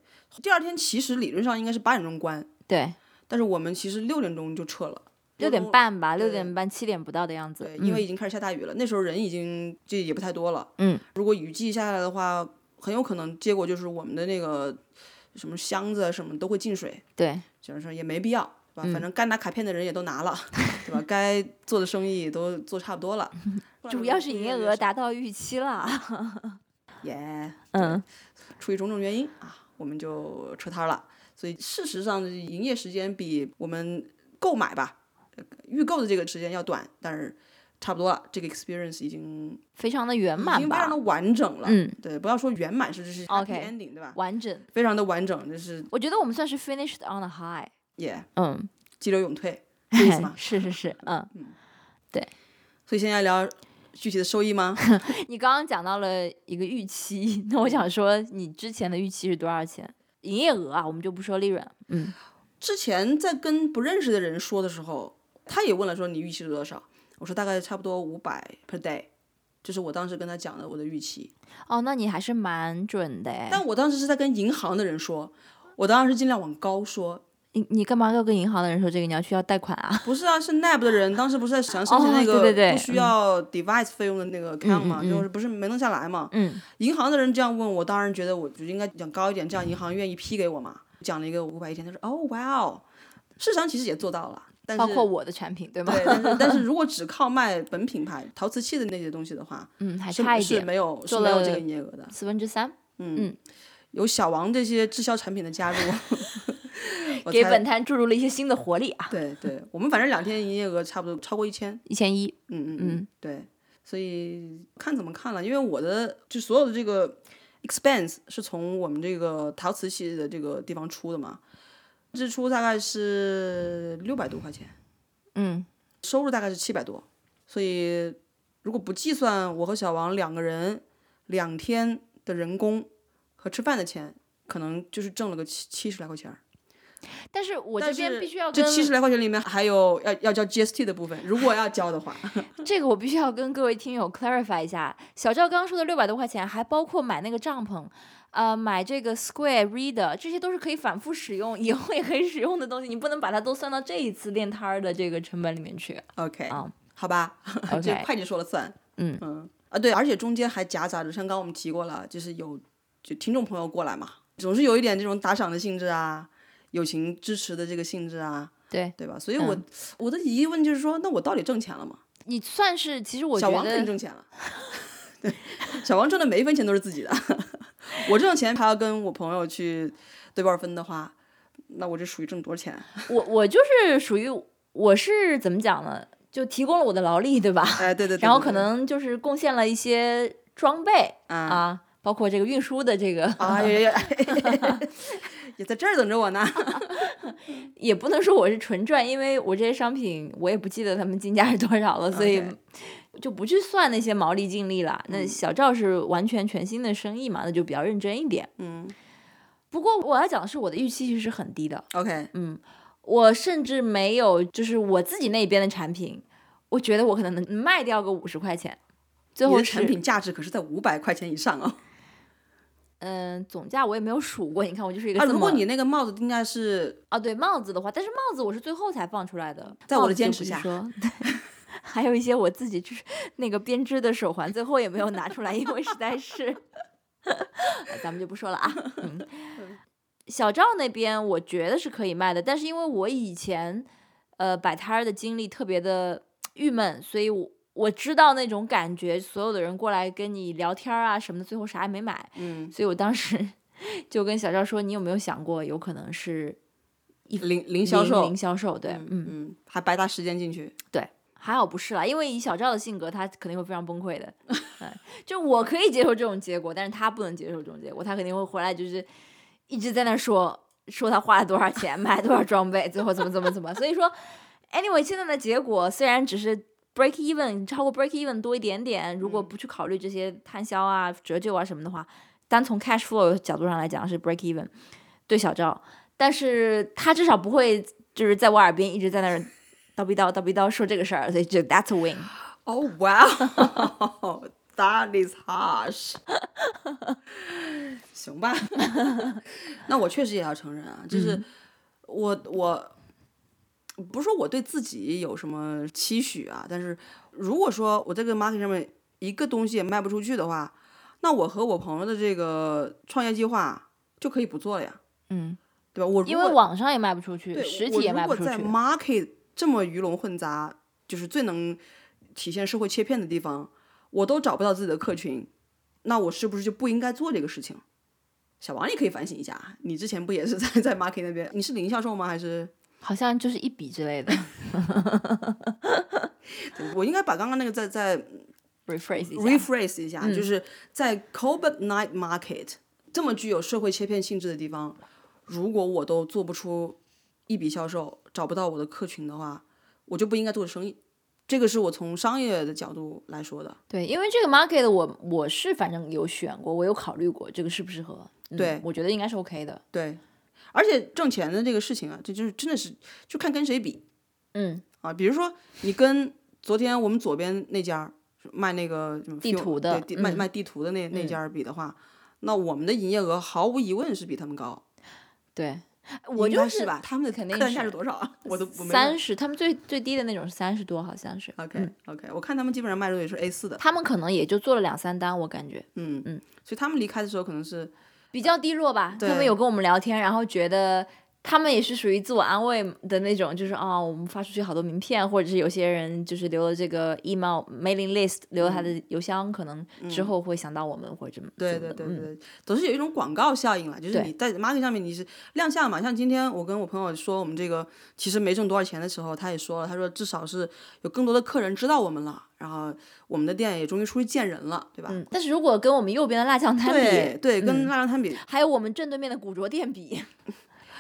[SPEAKER 1] 第二天其实理论上应该是八点钟关，
[SPEAKER 2] 对，
[SPEAKER 1] 但是我们其实六点钟就撤了。
[SPEAKER 2] 六点
[SPEAKER 1] 钟
[SPEAKER 2] 半吧，六
[SPEAKER 1] 对
[SPEAKER 2] 点半七点不到的样子，
[SPEAKER 1] 对，
[SPEAKER 2] 嗯
[SPEAKER 1] 因为已经开始下大雨了，那时候人已经就也不太多了。
[SPEAKER 2] 嗯，
[SPEAKER 1] 如果雨季下来的话，很有可能结果就是我们的那个什么箱子啊什么都会进水，
[SPEAKER 2] 对
[SPEAKER 1] 就是说也没必要，对吧？
[SPEAKER 2] 嗯
[SPEAKER 1] 反正该拿卡片的人也都拿了， 对吧？该做的生意都做差不多了，
[SPEAKER 2] 主要是营业额达到预 期了，
[SPEAKER 1] 耶。
[SPEAKER 2] 嗯，
[SPEAKER 1] 出于种种原因啊，我们就撤摊了。所以事实上，营业时间比我们购买吧、呃预购的这个时间要短，但是差不多了，这个 experience 已经
[SPEAKER 2] 非常的圆
[SPEAKER 1] 已
[SPEAKER 2] 满
[SPEAKER 1] 经非常
[SPEAKER 2] 吧
[SPEAKER 1] 的，完整了。
[SPEAKER 2] 嗯，
[SPEAKER 1] 对，不要说圆满是这是
[SPEAKER 2] OK
[SPEAKER 1] happy ending 对吧？
[SPEAKER 2] 完整。
[SPEAKER 1] 非常的完整，就是
[SPEAKER 2] 我觉得我们算是 finished on a high。
[SPEAKER 1] 也
[SPEAKER 2] 嗯，
[SPEAKER 1] 激流勇退，这意思吗？
[SPEAKER 2] 是是是，嗯，
[SPEAKER 1] 所以现在聊具体的收益吗？
[SPEAKER 2] 你刚刚讲到了一个预期，那我想说，你之前的预期是多少钱？营业额啊，我们就不说利润。嗯，
[SPEAKER 1] 之前在跟不认识的人说的时候，他也问了说你预期是多少？我说大概差不多五百 per day，这是我当时跟他讲的我的预期。
[SPEAKER 2] 哦，那你还是蛮准的哎。
[SPEAKER 1] 但我当时是在跟银行的人说，我当时尽量往高说。
[SPEAKER 2] 你你干嘛要跟银行的人说这个？你要去要贷款啊？
[SPEAKER 1] 不是啊，是 NAB 的人，当时不是在 想申请那
[SPEAKER 2] 哦
[SPEAKER 1] 个
[SPEAKER 2] 对对对
[SPEAKER 1] 不需要 device 费用的那个 account 嘛，
[SPEAKER 2] 嗯嗯嗯
[SPEAKER 1] 就是不是没弄下来嘛。
[SPEAKER 2] 嗯，
[SPEAKER 1] 银行的人这样问我，当然觉得我就应该讲高一点，这样银行愿意批给我嘛。讲了一个五百一天，他说哦哇哦，市场其实也做到了，但是
[SPEAKER 2] 包括我的产品对吗？
[SPEAKER 1] 对，但是但是如果只靠卖本品牌陶瓷器的那些东西的话，
[SPEAKER 2] 嗯，还
[SPEAKER 1] 是
[SPEAKER 2] 差一
[SPEAKER 1] 是
[SPEAKER 2] 点，
[SPEAKER 1] 没有是
[SPEAKER 2] 做
[SPEAKER 1] 没有这
[SPEAKER 2] 了
[SPEAKER 1] 个营业额的。
[SPEAKER 2] 四分之三，
[SPEAKER 1] 有小王这些滞销产品的加入，我
[SPEAKER 2] 给
[SPEAKER 1] 猜
[SPEAKER 2] 本摊注入了一些新的活力啊，
[SPEAKER 1] 对对，我们反正两天营业额差不多超过一千，
[SPEAKER 2] 一千一。
[SPEAKER 1] 嗯嗯
[SPEAKER 2] 嗯，
[SPEAKER 1] 对，所以看怎么看了，因为我的就所有的这个 expense 是从我们这个陶瓷器的这个地方出的嘛，支出大概是六百多块钱，
[SPEAKER 2] 嗯，
[SPEAKER 1] 收入大概是七百多，所以如果不计算我和小王两个人两天的人工和吃饭的钱，可能就是挣了个七七十来块钱儿。
[SPEAKER 2] 但是我这
[SPEAKER 1] 但
[SPEAKER 2] 边
[SPEAKER 1] 是
[SPEAKER 2] 必须要
[SPEAKER 1] 这
[SPEAKER 2] 跟
[SPEAKER 1] 七十来块钱里面还有要要交 GST 的部分，如果要交的 话，
[SPEAKER 2] 这个我必须要跟各位听友 clarify 一下，小赵刚刚说的六百多块钱还包括买那个帐篷，呃，买这个 Square Reader，这些都是可以反复使用，以后也可以使用的东西，你不能把它都算到这一次练摊儿的这个成本里面去。
[SPEAKER 1] OK，、
[SPEAKER 2] 嗯
[SPEAKER 1] 好吧
[SPEAKER 2] OK
[SPEAKER 1] 这会计说了算。
[SPEAKER 2] 嗯
[SPEAKER 1] 啊，对，而且中间还夹杂着，像刚刚我们提过了，就是有就听众朋友过来嘛，总是有一点这种打赏的性质啊，友情支持的这个性质啊，
[SPEAKER 2] 对
[SPEAKER 1] 对吧？所以我、
[SPEAKER 2] 嗯
[SPEAKER 1] 我的疑问就是说，那我到底挣钱了吗？
[SPEAKER 2] 你算是，其实我
[SPEAKER 1] 小
[SPEAKER 2] 觉
[SPEAKER 1] 王肯定
[SPEAKER 2] 得
[SPEAKER 1] 挣钱了，对，小王挣的每一分钱都是自己的， 我挣的钱还要跟我朋友去对半分的话，那我这属于挣多少钱？
[SPEAKER 2] 我我就是属于我是怎么讲呢？就提供了我的劳力，对吧？
[SPEAKER 1] 哎，对对对
[SPEAKER 2] 然后
[SPEAKER 1] 对
[SPEAKER 2] 可
[SPEAKER 1] 对
[SPEAKER 2] 能就是贡献了一些装备
[SPEAKER 1] 啊
[SPEAKER 2] 啊，包括这个运输的这个
[SPEAKER 1] 啊，也也也也在这儿等着我呢。
[SPEAKER 2] 也不能说我是纯赚，因为我这些商品我也不记得他们进价是多少了，所以
[SPEAKER 1] OK
[SPEAKER 2] 就不去算那些毛利净利了。那小赵是完全全新的生意嘛，那就比较认真一点。
[SPEAKER 1] 嗯
[SPEAKER 2] 不过我要讲的是，我的预期其实是很低的，
[SPEAKER 1] ，OK，
[SPEAKER 2] 嗯，我甚至没有就是我自己那边的产品，我觉得我可能能卖掉个五十块钱，最
[SPEAKER 1] 你
[SPEAKER 2] 后
[SPEAKER 1] 的产
[SPEAKER 2] 是
[SPEAKER 1] 品价值可是在五百块钱以上哦。
[SPEAKER 2] 嗯、总价我也没有数过，你看我就是一个
[SPEAKER 1] 啊，
[SPEAKER 2] 这
[SPEAKER 1] 如
[SPEAKER 2] 么
[SPEAKER 1] 果你那个帽子定价是
[SPEAKER 2] 啊，对帽子的话，但是帽子我是最后才放出来的，
[SPEAKER 1] 在
[SPEAKER 2] 帽
[SPEAKER 1] 我的
[SPEAKER 2] 子就
[SPEAKER 1] 坚
[SPEAKER 2] 不
[SPEAKER 1] 持
[SPEAKER 2] 是
[SPEAKER 1] 下
[SPEAKER 2] 说对， 还有一些我自己就是那个编织的手环，最后也没有拿出来，因为实在是， 咱们就不说了啊。嗯， 小赵那边我觉得是可以卖的，但是因为我以前呃摆摊儿的经历特别的郁闷，所以我。我知道那种感觉，所有的人过来跟你聊天儿啊什么的，最后啥也没买，
[SPEAKER 1] 嗯
[SPEAKER 2] 所以我当时 就跟小赵说：“你有没有想过，有可能是
[SPEAKER 1] 零零销售
[SPEAKER 2] 零，销售，对，嗯，
[SPEAKER 1] 嗯，还白搭时间进去，
[SPEAKER 2] 还好不是啦，因为以小赵的性格，他肯定会非常崩溃的。 嗯，就我可以接受这种结果，但是他不能接受这种结果，他肯定会回来就是一直在那说说他花了多少钱，买了多少装备，最后怎么怎么怎么。所以说，anyway，现在的结果虽然只是 break even 超过 break even 多一点点，如果不去考虑这些摊销啊、折旧啊什么的话，单从 cash flow 角度上来讲是 break even 对小赵，但是他至少不会就是在我耳边一直在那儿叨逼叨叨逼叨说这个事儿，所以就 that's a win。
[SPEAKER 1] 哦，哇哦 ，That is harsh 。行 吧，那我确实也要承认啊，
[SPEAKER 2] 嗯
[SPEAKER 1] 就是我我不是说我对自己有什么期许啊，但是如果说我在这个 market 上面一个东西也卖不出去的话，那我和我朋友的这个创业计划就可以不做了呀，
[SPEAKER 2] 嗯，
[SPEAKER 1] 对吧？我如
[SPEAKER 2] 因
[SPEAKER 1] 果
[SPEAKER 2] 为网上也卖不出去，
[SPEAKER 1] 对
[SPEAKER 2] 实
[SPEAKER 1] 我
[SPEAKER 2] 体也卖不
[SPEAKER 1] 如
[SPEAKER 2] 出
[SPEAKER 1] 果在
[SPEAKER 2] 去。
[SPEAKER 1] market 这么鱼龙混杂，就是最能体现社会切片的地方，我都找不到自己的客群，那我是不是就不应该做这个事情？啊 小王，你可以反省一下，你之前不也是在在 market 那边？你是零销售吗？还是
[SPEAKER 2] 好像就是一笔 之类的
[SPEAKER 1] 我应该把刚刚那个再再
[SPEAKER 2] rephrase 一下。嗯
[SPEAKER 1] rephrase 一下，就是在 Cobalt Night Market 这么具有社会切片性质的地方，如果我都做不出一笔销售，找不到我的客群的话，我就不应该做生意。这个是我从商业的角度来说的。
[SPEAKER 2] 对，因为这个 market 我我是反正有选过，我有考虑过这个适不适合。嗯
[SPEAKER 1] 对
[SPEAKER 2] 我觉得应该是 OK 的。
[SPEAKER 1] 对，而且挣钱的这个事情啊，这就是真的是就看跟谁比
[SPEAKER 2] 嗯，
[SPEAKER 1] 啊。比如说你跟昨天我们左边那家儿卖那个什么
[SPEAKER 2] 地
[SPEAKER 1] fuel-
[SPEAKER 2] 图的
[SPEAKER 1] 对地卖
[SPEAKER 2] 嗯
[SPEAKER 1] 卖地图的那那家儿比的话，那我们的营业额毫无疑问是比他们高。
[SPEAKER 2] 对，我
[SPEAKER 1] 应
[SPEAKER 2] 就
[SPEAKER 1] 该是吧？他们的
[SPEAKER 2] 肯定
[SPEAKER 1] 客单价
[SPEAKER 2] 是
[SPEAKER 1] 是多少啊？我都我没问。
[SPEAKER 2] 三十，他们最最低的那种是三十多，好像是。嗯
[SPEAKER 1] OK OK，我看他们基本上卖的都也是 A 四的，
[SPEAKER 2] 他们可能也就做了两三单，我感觉
[SPEAKER 1] 嗯
[SPEAKER 2] 嗯，
[SPEAKER 1] 所以他们离开的时候可能是
[SPEAKER 2] 比较低落吧。他们
[SPEAKER 1] 对
[SPEAKER 2] 有跟我们聊天，然后觉得他们也是属于自我安慰的那种，就是啊、我们发出去好多名片，或者是有些人就是留了这个 email mailing list，留了他的邮箱，可能之后会想到我们或者怎么
[SPEAKER 1] 嗯对
[SPEAKER 2] 怎么
[SPEAKER 1] 对
[SPEAKER 2] 的
[SPEAKER 1] 对啊
[SPEAKER 2] 嗯
[SPEAKER 1] 对，总是有一种广告效应啦，就是
[SPEAKER 2] 对
[SPEAKER 1] 你在 market 上面你是亮相嘛，像今天我跟我朋友说我们这个其实没挣多少钱的时候，他也说了，他说至少是有更多的客人知道我们了，然后我们的店也终于出去见人了，对吧？
[SPEAKER 2] 嗯，但是如果跟我们右边的辣酱摊
[SPEAKER 1] 对
[SPEAKER 2] 比，嗯
[SPEAKER 1] 对，跟辣椒摊比，
[SPEAKER 2] 还有我们正对面的古着店比，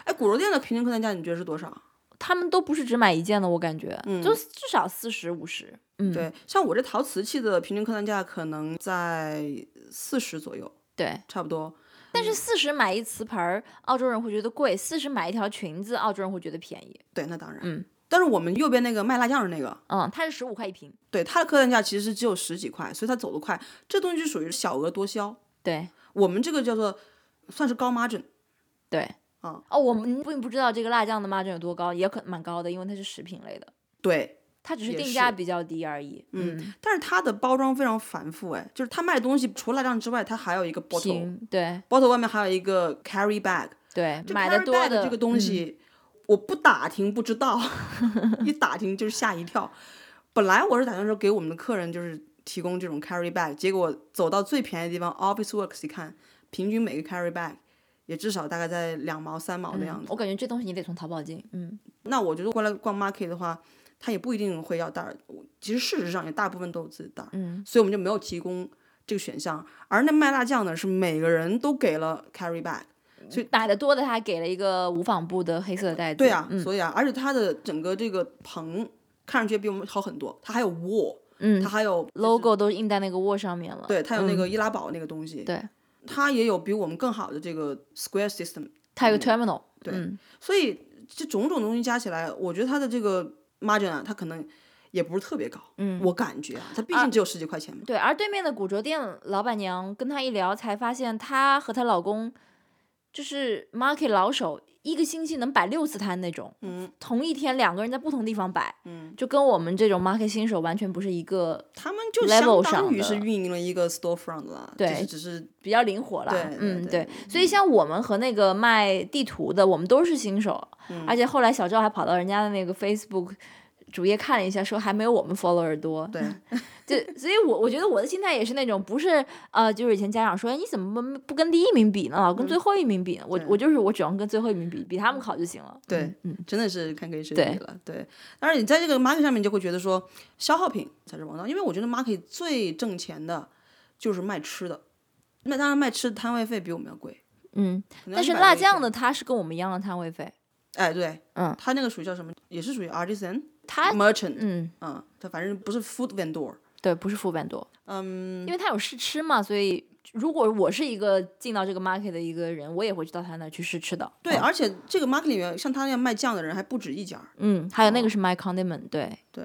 [SPEAKER 1] 哎，古着店的平均客单价你觉得是多
[SPEAKER 2] 嗯
[SPEAKER 1] 少？
[SPEAKER 2] 他们都不是只买一件的，我感觉，就至少四十五十。嗯，
[SPEAKER 1] 嗯对，像我这陶瓷器的平均客单价可能在四十左右，
[SPEAKER 2] 对
[SPEAKER 1] 差不多。
[SPEAKER 2] 但是四十买一瓷盆儿，澳洲人会觉得贵；四十买一条裙子，澳洲人会觉得便宜。
[SPEAKER 1] 对，那当然。
[SPEAKER 2] 嗯。
[SPEAKER 1] 但是我们右边那个卖辣酱的那个，
[SPEAKER 2] 嗯，它是十五块一瓶。
[SPEAKER 1] 对它的客单价其实只有十几块，所以它走得快。这东西就属于小额多销。
[SPEAKER 2] 对
[SPEAKER 1] 我们这个叫做算是高 margin，
[SPEAKER 2] 对，
[SPEAKER 1] 嗯
[SPEAKER 2] 哦，我们并不知道这个辣酱的 margin 有多高，也可蛮高的，因为它是食品类的，
[SPEAKER 1] 对。
[SPEAKER 2] 它只是
[SPEAKER 1] 也
[SPEAKER 2] 定
[SPEAKER 1] 是
[SPEAKER 2] 价比较低而已。嗯，
[SPEAKER 1] 但是它的包装非常繁复，哎，就是它卖的东西除了辣酱之外，它还有一个 bottle，bottle
[SPEAKER 2] 瓶对
[SPEAKER 1] 外面还有一个 carry bag，
[SPEAKER 2] 对，
[SPEAKER 1] 这
[SPEAKER 2] 买的
[SPEAKER 1] carry
[SPEAKER 2] 多
[SPEAKER 1] bag
[SPEAKER 2] 的
[SPEAKER 1] 这个东
[SPEAKER 2] 嗯
[SPEAKER 1] 西，我不打听不知道， 一打听就是吓一跳。本来我是打算说给我们的客人就是提供这种 carry bag，结果走到最便宜的地方 Office Works 一看，平均每个 carry bag 也至少大概在两毛三毛的样子。
[SPEAKER 2] 我感觉这东西你得从淘宝进。嗯，
[SPEAKER 1] 那我觉得过来逛 market 的话，他也不一定会要袋儿，我其实事实上也大部分都有自己袋儿，嗯，所以我们就没有提供这个选项。而那卖辣酱呢，是每个人都给了 carry bag。
[SPEAKER 2] 买的多的他还给了一个无纺布的黑色的袋子。嗯
[SPEAKER 1] 对啊，所以啊，而且它的整个这个棚看上去比我们好很多，它还有 wall，
[SPEAKER 2] 嗯
[SPEAKER 1] 它还有
[SPEAKER 2] ，logo 都印在那个 wall 上面了。
[SPEAKER 1] 对，它有
[SPEAKER 2] 嗯
[SPEAKER 1] 那个易拉宝那个东西，
[SPEAKER 2] 对，
[SPEAKER 1] 它也有比我们更好的这个 square system，
[SPEAKER 2] 它有个 terminal。
[SPEAKER 1] 对
[SPEAKER 2] 嗯
[SPEAKER 1] 所以这种种东西加起来，我觉得它的这个 margin 啊，它可能也不是特别高，嗯，我感觉啊，它毕竟只有十几块钱嘛，
[SPEAKER 2] 对，而对面的古着店老板娘跟她一聊，才发现她和她老公就是 market 老手，一个星期能摆六次摊那种。嗯，同一天两个人在不同地方摆，嗯，就跟我们这种 market 新手完全不是一个
[SPEAKER 1] 他们就
[SPEAKER 2] level
[SPEAKER 1] 相
[SPEAKER 2] 上
[SPEAKER 1] 当于
[SPEAKER 2] 的
[SPEAKER 1] 是运营了一个 storefront 了，
[SPEAKER 2] 对
[SPEAKER 1] 只是只是
[SPEAKER 2] 比较灵活啦。
[SPEAKER 1] 对对
[SPEAKER 2] 嗯，
[SPEAKER 1] 对
[SPEAKER 2] 对。所以像我们和那个卖地图的，我们都是新手，
[SPEAKER 1] 嗯
[SPEAKER 2] 而且后来小赵还跑到人家的那个 Facebook。主页看了一下，说还没有我们 follower 多。
[SPEAKER 1] 对，
[SPEAKER 2] 对，所以我，我觉得我的心态也是那种，不是呃，就是以前家长说，哎你怎么不跟第一名比呢，老跟最后一名比呢？我
[SPEAKER 1] 嗯对
[SPEAKER 2] 我就是我只要跟最后一名比，比他们好就行了。
[SPEAKER 1] 对
[SPEAKER 2] 嗯嗯，
[SPEAKER 1] 真的是看可以谁
[SPEAKER 2] 对
[SPEAKER 1] 比了。对，当然你在这个 market 上面，你就会觉得说消耗品才是王道，因为我觉得 market 最挣钱的就是卖吃的。那当然，卖吃的摊位费比我们要贵。
[SPEAKER 2] 嗯，
[SPEAKER 1] 可能
[SPEAKER 2] 但是
[SPEAKER 1] 100
[SPEAKER 2] 辣
[SPEAKER 1] 一天
[SPEAKER 2] 酱，的它是跟我们一样的摊位费，
[SPEAKER 1] 哎，对，
[SPEAKER 2] 嗯，
[SPEAKER 1] 他那个属于叫什么？也是属于 artisan
[SPEAKER 2] 它
[SPEAKER 1] merchant，
[SPEAKER 2] 嗯，
[SPEAKER 1] 嗯，他反正不是 food vendor。
[SPEAKER 2] 对，不是副本多，嗯，因为它有试吃嘛，所以如果我是一个进到这个 market 的一个人，我也会去到他那儿去试吃的。
[SPEAKER 1] 对，啊而且这个 market 里面，像他那样卖酱的人还不止一家儿。
[SPEAKER 2] 嗯，还有
[SPEAKER 1] 哦
[SPEAKER 2] 那个是 my condiment，对。
[SPEAKER 1] 对，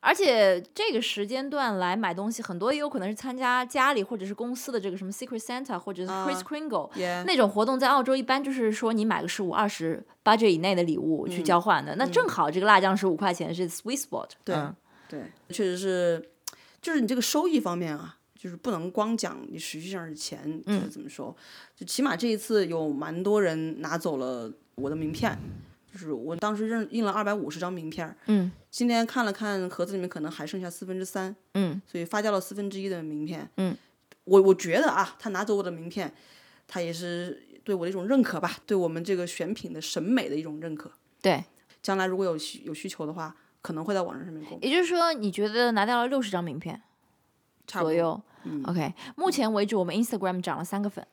[SPEAKER 2] 而且这个时间段来买东西，很多也有可能是参加家里或者是公司的这个什么 Secret Santa 或者是
[SPEAKER 1] 啊
[SPEAKER 2] Kris Kringle，、
[SPEAKER 1] 也
[SPEAKER 2] 那种活动在澳洲一般就是说你买个十五、二十 budget 以内的礼物
[SPEAKER 1] 嗯
[SPEAKER 2] 去交换的，那正好这个辣酱十五块钱是 sweet spot。
[SPEAKER 1] 对
[SPEAKER 2] 嗯
[SPEAKER 1] 对，确实是，就是你这个收益方面啊，就是不能光讲你实际上是钱，就是怎么说，就起码这一次有蛮多人拿走了我的名片，就是我当时认印了二百五十张名片，
[SPEAKER 2] 嗯，
[SPEAKER 1] 今天看了看盒子里面可能还剩下四分之三，
[SPEAKER 2] 嗯，
[SPEAKER 1] 所以发掉了四分之一的名片，
[SPEAKER 2] 嗯，
[SPEAKER 1] 我我觉得啊，他拿走我的名片，他也是对我的一种认可吧，对我们这个选品的审美的一种认可。
[SPEAKER 2] 对，
[SPEAKER 1] 将来如果有需有需求的话，可能会在网站上面购买。
[SPEAKER 2] 也就是说，你觉得拿掉了六十张名片
[SPEAKER 1] 差不
[SPEAKER 2] 左
[SPEAKER 1] 多，嗯
[SPEAKER 2] 右、o k 目前为止，我们 Instagram 涨了三个粉，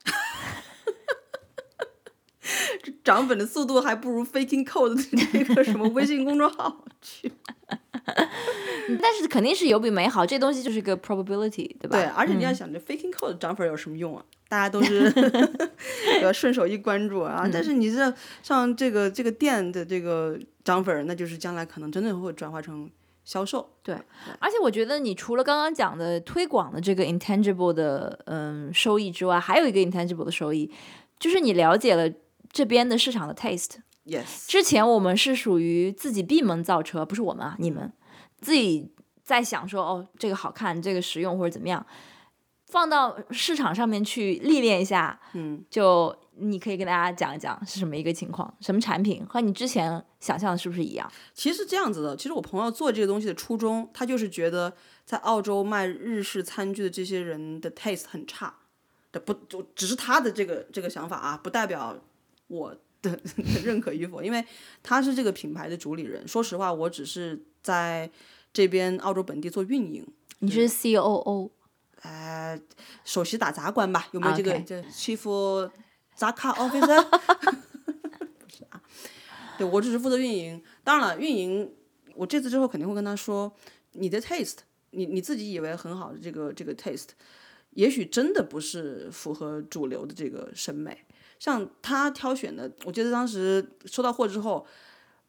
[SPEAKER 1] 涨粉的速度还不如 Faking Code 的这个什么微信公众号去。
[SPEAKER 2] 但是肯定是有比没好，这东西就是个 probability，对 吧？
[SPEAKER 1] 对，而且你要想，这 Faking Code 涨粉有什么用啊？大家都 是对吧顺手一关注啊，但是你这像这个这个店的这个涨粉儿，那就是将来可能真的会转化成销售。
[SPEAKER 2] 而且我觉得，你除了刚刚讲的推广的这个 intangible 的嗯收益之外，还有一个 intangible 的收益，就是你了解了这边的市场的 taste。
[SPEAKER 1] Yes，
[SPEAKER 2] 之前我们是属于自己闭门造车，不是我们啊，你们自己在想说哦，这个好看，这个实用或者怎么样，放到市场上面去历练一下，
[SPEAKER 1] 嗯，
[SPEAKER 2] 就你可以跟大家讲一讲是什么一个情况，什么产品和你之前想象的是不是一样？
[SPEAKER 1] 其实这样子的，其实我朋友做这个东西的初衷，他就是觉得在澳洲卖日式餐具的这些人的 taste 很差，这不就只是他的这个这个想法啊，不代表我的 认可与否，因为他是这个品牌的主理人。说实话，我只是在这边澳洲本地做运营，
[SPEAKER 2] 你是 C O O
[SPEAKER 1] 呃，首席打杂官吧，有没有这个
[SPEAKER 2] OK
[SPEAKER 1] 这 chief 杂卡 officer？不 是啊，对我只是负责运营。当然了，运营我这次之后肯定会跟他说，你的 taste，你你自己以为很好的这个这个 taste，也许真的不是符合主流的这个审美。像他挑选的，我记得当时收到货之后，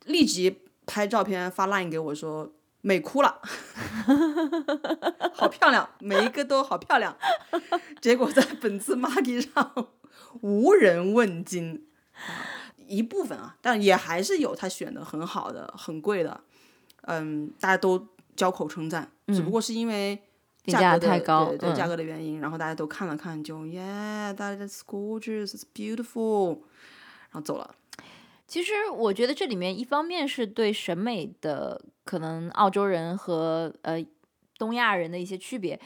[SPEAKER 1] 立即拍照片发 line 给我说美哭了，好漂亮，每一个都好漂亮。 结果在本次 Maggie 上无人问津，啊一部分啊，但也还是有他选的很好的、很贵的，嗯，大家都交口称赞，只不过是因为。
[SPEAKER 2] 评嗯价
[SPEAKER 1] 价格的
[SPEAKER 2] 太高
[SPEAKER 1] 对对、
[SPEAKER 2] 嗯
[SPEAKER 1] 价格的原因，然后大家都看了看就，yeah，that's gorgeous, it's beautiful，然后走了。
[SPEAKER 2] 其实我觉得这里面一方面是对审美的可能澳洲人和呃东亚人的一些区别，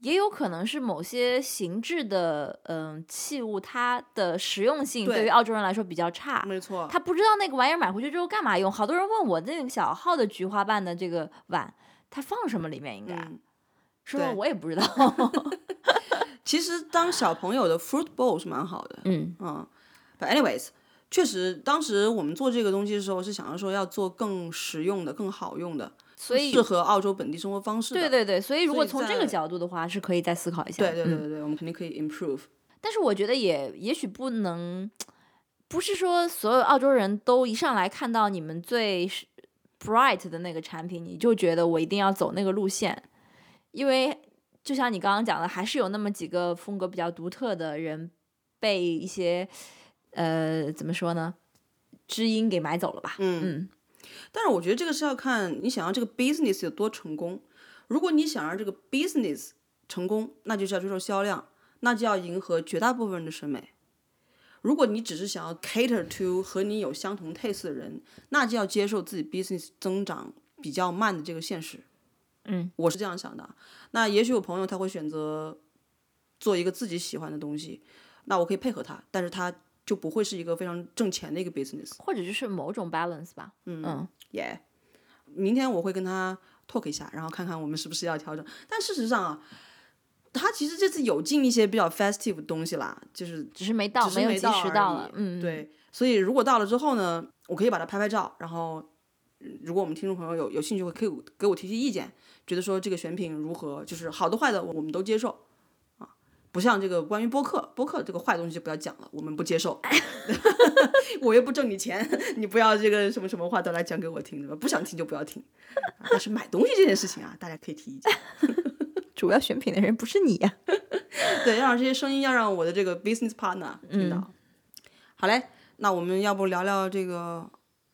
[SPEAKER 2] 也有可能是某些形制的嗯、器物它的实用性
[SPEAKER 1] 对嗯
[SPEAKER 2] 对于澳洲人来说比较差。
[SPEAKER 1] 没错，
[SPEAKER 2] 他不知道那个玩意儿买回去之后干嘛用，好多人问我那个小号的菊花瓣的这个碗，它放什么里面应该？
[SPEAKER 1] 嗯，
[SPEAKER 2] 说实话
[SPEAKER 1] 对
[SPEAKER 2] 我也不知道。
[SPEAKER 1] 其实当小朋友的 fruit bowl 是蛮好的，
[SPEAKER 2] 嗯
[SPEAKER 1] 嗯，but anyways，确实当时我们做这个东西的时候是想要说要做更实用的、更好用的，
[SPEAKER 2] 所以
[SPEAKER 1] 适合澳洲本地生活方式的。
[SPEAKER 2] 对对对，所以如
[SPEAKER 1] 所
[SPEAKER 2] 果
[SPEAKER 1] 以
[SPEAKER 2] 从这
[SPEAKER 1] 在
[SPEAKER 2] 个角度的话，是可以再思考一下。
[SPEAKER 1] 对对
[SPEAKER 2] 嗯
[SPEAKER 1] 对对对，我们肯定可以 improve。
[SPEAKER 2] 但是我觉得也也许不能，不是说所有澳洲人都一上来看到你们最是 bright 的那个产品，你就觉得我一定要走那个路线，因为就像你刚刚讲的，还是有那么几个风格比较独特的人被一些呃怎么说呢，知音给买走了吧？嗯
[SPEAKER 1] 但是我觉得这个是要看你想要这个 business 有多成功。如果你想让这个 business 成功，那就是要追求销量，那就要迎合绝大部分人的审美。如果你只是想要 cater to 和你有相同 taste 的人，那就要接受自己 business 增长比较慢的这个现实。
[SPEAKER 2] 嗯，
[SPEAKER 1] 我是这样想的。那也许我朋友他会选择做一个自己喜欢的东西，那我可以配合他，但是他就不会是一个非常挣钱的一个 business。
[SPEAKER 2] 或者就是某种 balance 吧。嗯
[SPEAKER 1] 耶、明天我会跟他 talk 一下，然后看看我们是不是要调整。但事实上啊，他其实这次有进一些比较 festive 的东西啦，就是
[SPEAKER 2] 只是没到，
[SPEAKER 1] 只是
[SPEAKER 2] 有
[SPEAKER 1] 没
[SPEAKER 2] 及
[SPEAKER 1] 到
[SPEAKER 2] 时
[SPEAKER 1] 而
[SPEAKER 2] 到
[SPEAKER 1] 已
[SPEAKER 2] 了。嗯，嗯，
[SPEAKER 1] 对，所以如果到了之后呢，我可以把它拍拍照，然后嗯如果我们听众朋友有有兴趣，可以给我提提意见，觉得说这个选品如何，就是好的坏的我我们都接受啊，不像这个关于播客，播客这个坏东西就不要讲了，我们不接 受，我又不挣你钱，你不要这个什么什么话都来讲给我听，对吧？不想听就不要听，啊但是买东西这件事情啊，大家可以提意见。
[SPEAKER 2] 主要选品的人不是你呀、啊
[SPEAKER 1] 对，要让这些声音要让我的这个 business partner
[SPEAKER 2] 嗯
[SPEAKER 1] 听到。好嘞，那我们要不聊聊这个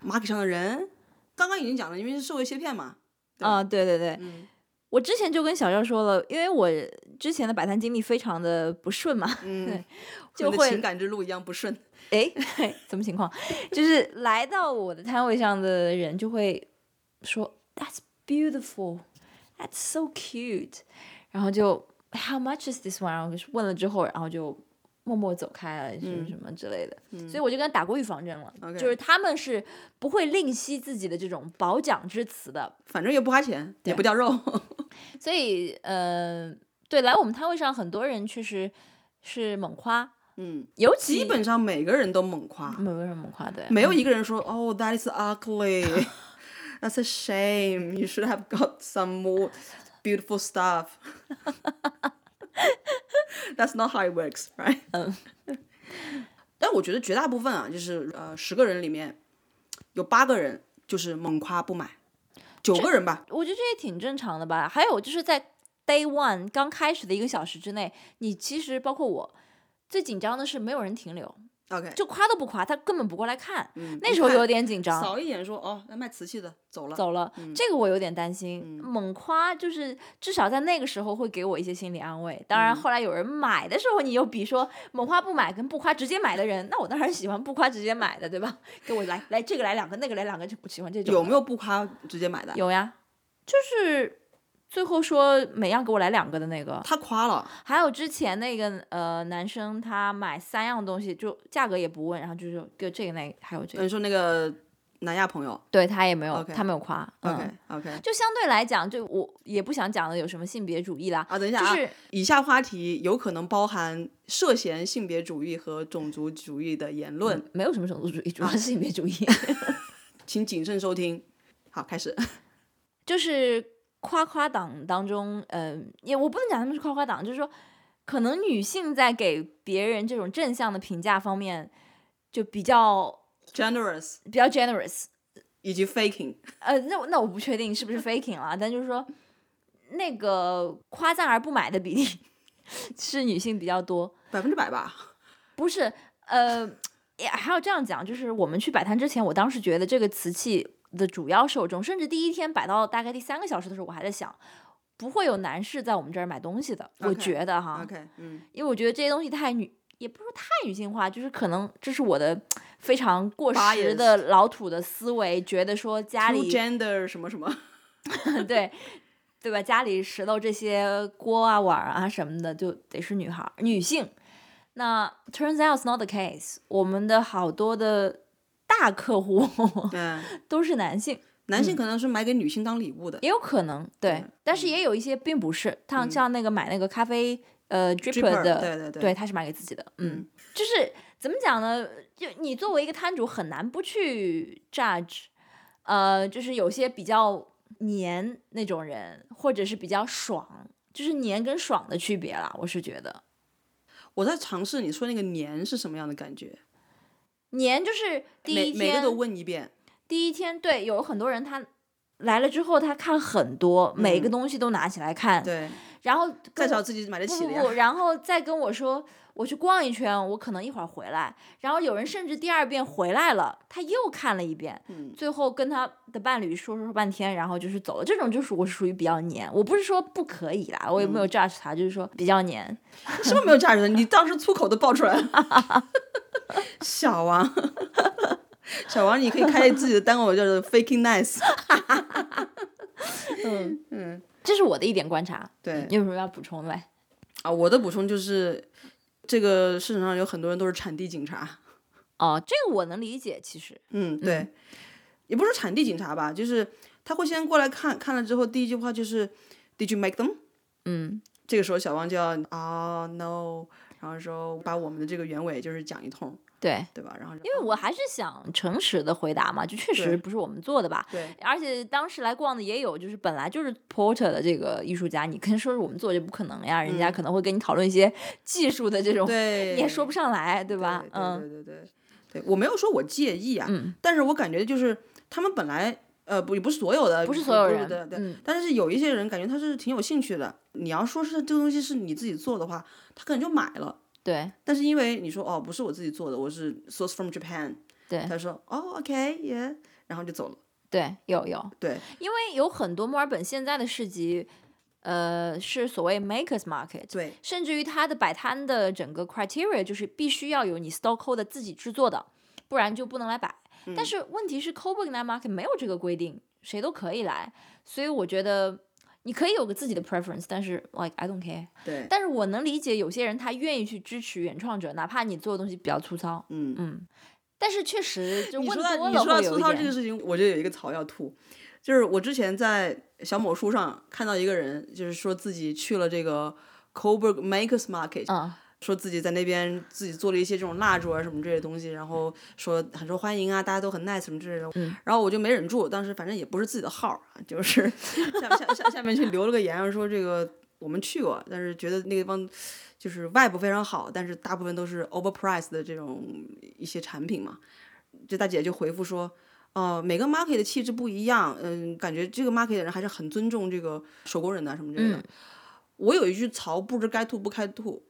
[SPEAKER 1] market 上的人？刚刚已经讲了，因为是社会切片嘛。对嗯
[SPEAKER 2] 啊、对对对，我之前就跟小赵说了，因为我之前的摆摊经历非常的不 顺嘛，
[SPEAKER 1] 嗯，
[SPEAKER 2] 就
[SPEAKER 1] 和你的
[SPEAKER 2] 会
[SPEAKER 1] 情感之路一样不顺。
[SPEAKER 2] 哎，嘿什么情况？就是来到我的摊位上的人就会说 "That's beautiful, that's so cute"，然后就 "How much is this one？" 然后问了之后，然后就默默走开了，什么什么之类的。所以我就跟他打过预防针了
[SPEAKER 1] 嗯 OK
[SPEAKER 2] 就是他们是不会吝惜自己的这种褒奖之词的。
[SPEAKER 1] 反正也不花钱，也不掉肉。
[SPEAKER 2] 所以，呃，对，来我们摊位上很多人确实是猛夸，
[SPEAKER 1] 嗯，
[SPEAKER 2] 尤其
[SPEAKER 1] 基本上每个人都猛 夸，
[SPEAKER 2] 没有什么猛夸对，
[SPEAKER 1] 没有一个人说哦、t h a t is ugly, that's a shame. You should have got some more beautiful stuff. that's not how it works, right?
[SPEAKER 2] 嗯
[SPEAKER 1] 但我觉得绝大部分啊，就是呃，十个人里面有八个人就是猛夸不买，九个人吧，
[SPEAKER 2] 我觉得这也挺正常的吧。还有就是在 day one 刚开始的一个小时之内，你其实包括我。最紧张的是没有人停留，
[SPEAKER 1] OK，
[SPEAKER 2] 就夸都不夸，他根本不过来看。
[SPEAKER 1] 嗯
[SPEAKER 2] 那时候
[SPEAKER 1] 一看
[SPEAKER 2] 有点紧张，
[SPEAKER 1] 扫一眼说哦，那卖瓷器的走了。
[SPEAKER 2] 走了，这个我有点担
[SPEAKER 1] 嗯
[SPEAKER 2] 心。猛夸就是至少在那个时候会给我一些心理安慰。当
[SPEAKER 1] 嗯
[SPEAKER 2] 然，后来有人买的时候，你又比说猛夸不买跟不夸直接买的人，那我当然喜欢不夸直接买的，对吧？ 给我来来这个来两个，那个来两个，就不喜欢这种的。
[SPEAKER 1] 有没有不夸直接买的？
[SPEAKER 2] 有呀，就是最后说每样给我来两个的那个。
[SPEAKER 1] 他夸了，
[SPEAKER 2] 还有之前那个呃男生他买三样东西，就价格也不问，然后就是就这个那个还有这个，
[SPEAKER 1] 你说那个南亚朋友
[SPEAKER 2] 对他也没有
[SPEAKER 1] 呃 OK
[SPEAKER 2] 他没有夸。嗯
[SPEAKER 1] OK OK
[SPEAKER 2] 就相对来讲，就我也不想讲的有什么性别主义啦，
[SPEAKER 1] 啊，等一下
[SPEAKER 2] 就
[SPEAKER 1] 啊，
[SPEAKER 2] 是
[SPEAKER 1] 以下话题有可能包含涉嫌性别主义和种族主义的言论，
[SPEAKER 2] 嗯没有什么种族主义，主要是性别主义，
[SPEAKER 1] 请谨慎收听。好，开始。
[SPEAKER 2] 就是夸夸党当中，嗯、也我不能讲他们是夸夸党，就是说，可能女性在给别人这种正向的评价方面，就比较
[SPEAKER 1] Generous
[SPEAKER 2] 比较 generous，
[SPEAKER 1] 以及 faking，
[SPEAKER 2] 呃，那我那我不确定是不是 faking 了，但就是说，那个夸赞而不买的比例 是女性比较多，
[SPEAKER 1] 百分之百吧。
[SPEAKER 2] 不是，呃，也还要这样讲，就是我们去摆摊之前，我当时觉得这个瓷器的主要受众，甚至第一天摆到大概第三个小时的时候，我还在想，不会有男士在我们这儿买东西的，我
[SPEAKER 1] OK，
[SPEAKER 2] 觉得哈
[SPEAKER 1] OK，嗯，
[SPEAKER 2] 因为我觉得这些东西太女，也不是说太女性化，就是可能这是我的非常过时
[SPEAKER 1] Biased
[SPEAKER 2] 的老土的思维，觉得说家
[SPEAKER 1] Two
[SPEAKER 2] 里
[SPEAKER 1] gender 什么什么，
[SPEAKER 2] 对对吧？家里拾掇这些锅啊、碗啊什么的，就得是女孩儿、女性。那 turns out it's not the case，我们的好多的大客户
[SPEAKER 1] 嗯，
[SPEAKER 2] 都是男性，
[SPEAKER 1] 男性可能是买给女性当礼物的。
[SPEAKER 2] 也有可能对
[SPEAKER 1] 对，
[SPEAKER 2] 但是也有一些并不是，像像那个买那个咖啡呃 dripper
[SPEAKER 1] 嗯 Dripper，
[SPEAKER 2] 的，
[SPEAKER 1] 对对对
[SPEAKER 2] 对，他是买给自己的，嗯，就是怎么讲呢？就你作为一个摊主，很难不去 judge，呃，就是有些比较黏那种人，或者是比较爽，就是黏跟爽的区别啦。我是觉得
[SPEAKER 1] 我在尝试你说那个年是什么样的感觉，
[SPEAKER 2] 黏就是第
[SPEAKER 1] 每
[SPEAKER 2] 一
[SPEAKER 1] 每个
[SPEAKER 2] 天
[SPEAKER 1] 都，问一遍。
[SPEAKER 2] 第一天对，有很多人他来了之后，他看很多，每个东西都拿起来看，
[SPEAKER 1] 嗯 对，
[SPEAKER 2] 然后
[SPEAKER 1] 再
[SPEAKER 2] 跟我
[SPEAKER 1] 找自己买得
[SPEAKER 2] 不
[SPEAKER 1] 起
[SPEAKER 2] 不
[SPEAKER 1] 的
[SPEAKER 2] 不，
[SPEAKER 1] 呀。
[SPEAKER 2] 然后再跟我说我去逛一圈，我可能一会儿回来。然后有人甚至第二遍回来了，他又看了一遍，
[SPEAKER 1] 嗯
[SPEAKER 2] 最后跟他的伴侣说说说半天，然后就是走了。这种就是我属于比较黏，我不是说不可以啦，我也没有 judge 他，就是说比较黏。
[SPEAKER 1] 什么没有嫁人？你当时粗口都爆出来了。小王，小王，你可以开自己的单口，叫做 Faking Nice。
[SPEAKER 2] 嗯，
[SPEAKER 1] 嗯，
[SPEAKER 2] 这是我的一点观察。
[SPEAKER 1] 对
[SPEAKER 2] 你有什么要补充的没？
[SPEAKER 1] 啊，我的补充就是，这个市场上有很多人都是产地警察。
[SPEAKER 2] 哦，这个我能理解，其实
[SPEAKER 1] 嗯，对，也不是产地警察吧，就是他会先过来看看了之后，第一句话就是 Did you make them？
[SPEAKER 2] 嗯，
[SPEAKER 1] 这个时候小王就要啊、no，然后说把我们的这个原委就是讲一通，
[SPEAKER 2] 对，
[SPEAKER 1] 对吧？然后因啊
[SPEAKER 2] 因为我还是想诚实的回答嘛，就确实
[SPEAKER 1] 对
[SPEAKER 2] 不是我们做的吧。
[SPEAKER 1] 对
[SPEAKER 2] 而且当时来逛的也有，就是本来就是 Porter 的这个艺术家，你跟说是我们做就不可能呀，人家可能会跟你讨论一些技术的这
[SPEAKER 1] 嗯
[SPEAKER 2] 种，
[SPEAKER 1] 对
[SPEAKER 2] 你也说不上来，对吧？嗯
[SPEAKER 1] 对对对对对，对我没有说我介意啊，
[SPEAKER 2] 嗯
[SPEAKER 1] 但是我感觉就是他们本来呃不也不是所有的，
[SPEAKER 2] 不
[SPEAKER 1] 不
[SPEAKER 2] 是所有人
[SPEAKER 1] 对对，
[SPEAKER 2] 嗯
[SPEAKER 1] 但是有一些人感觉他是挺有兴趣的。你要说是这个东西是你自己做的话，他可能就买了。
[SPEAKER 2] 对
[SPEAKER 1] 但是因为你说哦不是我自己做的，我是 source from Japan，
[SPEAKER 2] 对
[SPEAKER 1] 他说哦 OK yeah，然后就走了。
[SPEAKER 2] 对，有有，
[SPEAKER 1] 对，
[SPEAKER 2] 因为有很多墨尔本现在的市集，呃，是所谓 Makers Market，
[SPEAKER 1] 对，
[SPEAKER 2] 甚至于它的摆摊的整个 criteria 就是必须要有你 store code 自己制作的，不然就不能来摆。但是问题是 c o b e n i g h t Market 没有这个规定，谁都可以来，所以我觉得你可以有个自己的 preference，但是 like I don't care。
[SPEAKER 1] 对，
[SPEAKER 2] 但是我能理解有些人他愿意去支持原创者，哪怕你做的东西比较粗糙，
[SPEAKER 1] 嗯
[SPEAKER 2] 嗯。但是确实，就
[SPEAKER 1] 你
[SPEAKER 2] 问
[SPEAKER 1] 说
[SPEAKER 2] 多
[SPEAKER 1] 到
[SPEAKER 2] 了
[SPEAKER 1] 你说到
[SPEAKER 2] 会有
[SPEAKER 1] 粗
[SPEAKER 2] 一
[SPEAKER 1] 糙
[SPEAKER 2] 点
[SPEAKER 1] 这个事情，我就有一个槽要吐，就是我之前在小某书上看到一个人，就是说自己去了这个 Coburg Makers Market，、
[SPEAKER 2] 嗯
[SPEAKER 1] 说自己在那边自己做了一些这种蜡烛啊什么这些东西，然后说很受欢迎啊，大家都很 nice 什么之类的。
[SPEAKER 2] 嗯
[SPEAKER 1] 然后我就没忍住，当时反正也不是自己的号儿啊，就是 下下下下面去留了个言，说这个我们去过，但是觉得那个地方就是外部非常好，但是大部分都是 overpriced 的这种一些产品嘛。这大姐就回复说。哦、每个 market 的气质不一样，嗯，感觉这个 market 的人还是很尊重这个手工人的什么之类的。我有一句槽，不知该吐不该吐，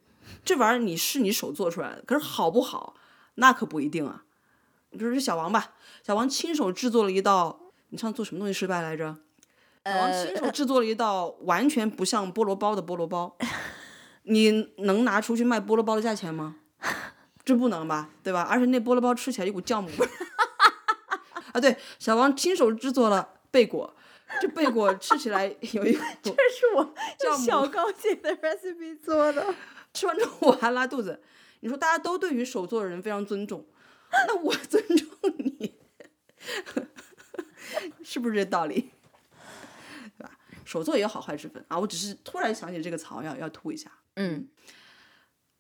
[SPEAKER 1] 这玩意儿你是你手做出来的，可是好不好，那可不一定啊。就是小王吧，小王亲手制作了一道，你上次做什么东西失败来着？小王亲手制作了一道完全不像菠萝包的菠萝包，你能拿出去卖菠萝包的价钱吗？这不能吧，对吧？而且那菠萝包吃起来有股酵母味儿。 啊，对，小王亲手制作了贝果，这贝果吃起来有一股
[SPEAKER 2] 这是我
[SPEAKER 1] 酵母小
[SPEAKER 2] 高姐的 recipe 做的。
[SPEAKER 1] 吃完之后我还拉肚子。你说大家都对于手作的人非常尊重，那我尊重你，是不是这道理？ 对吧？手作也有好坏之分啊！我只是突然想起这个槽要要吐一下。
[SPEAKER 2] 嗯，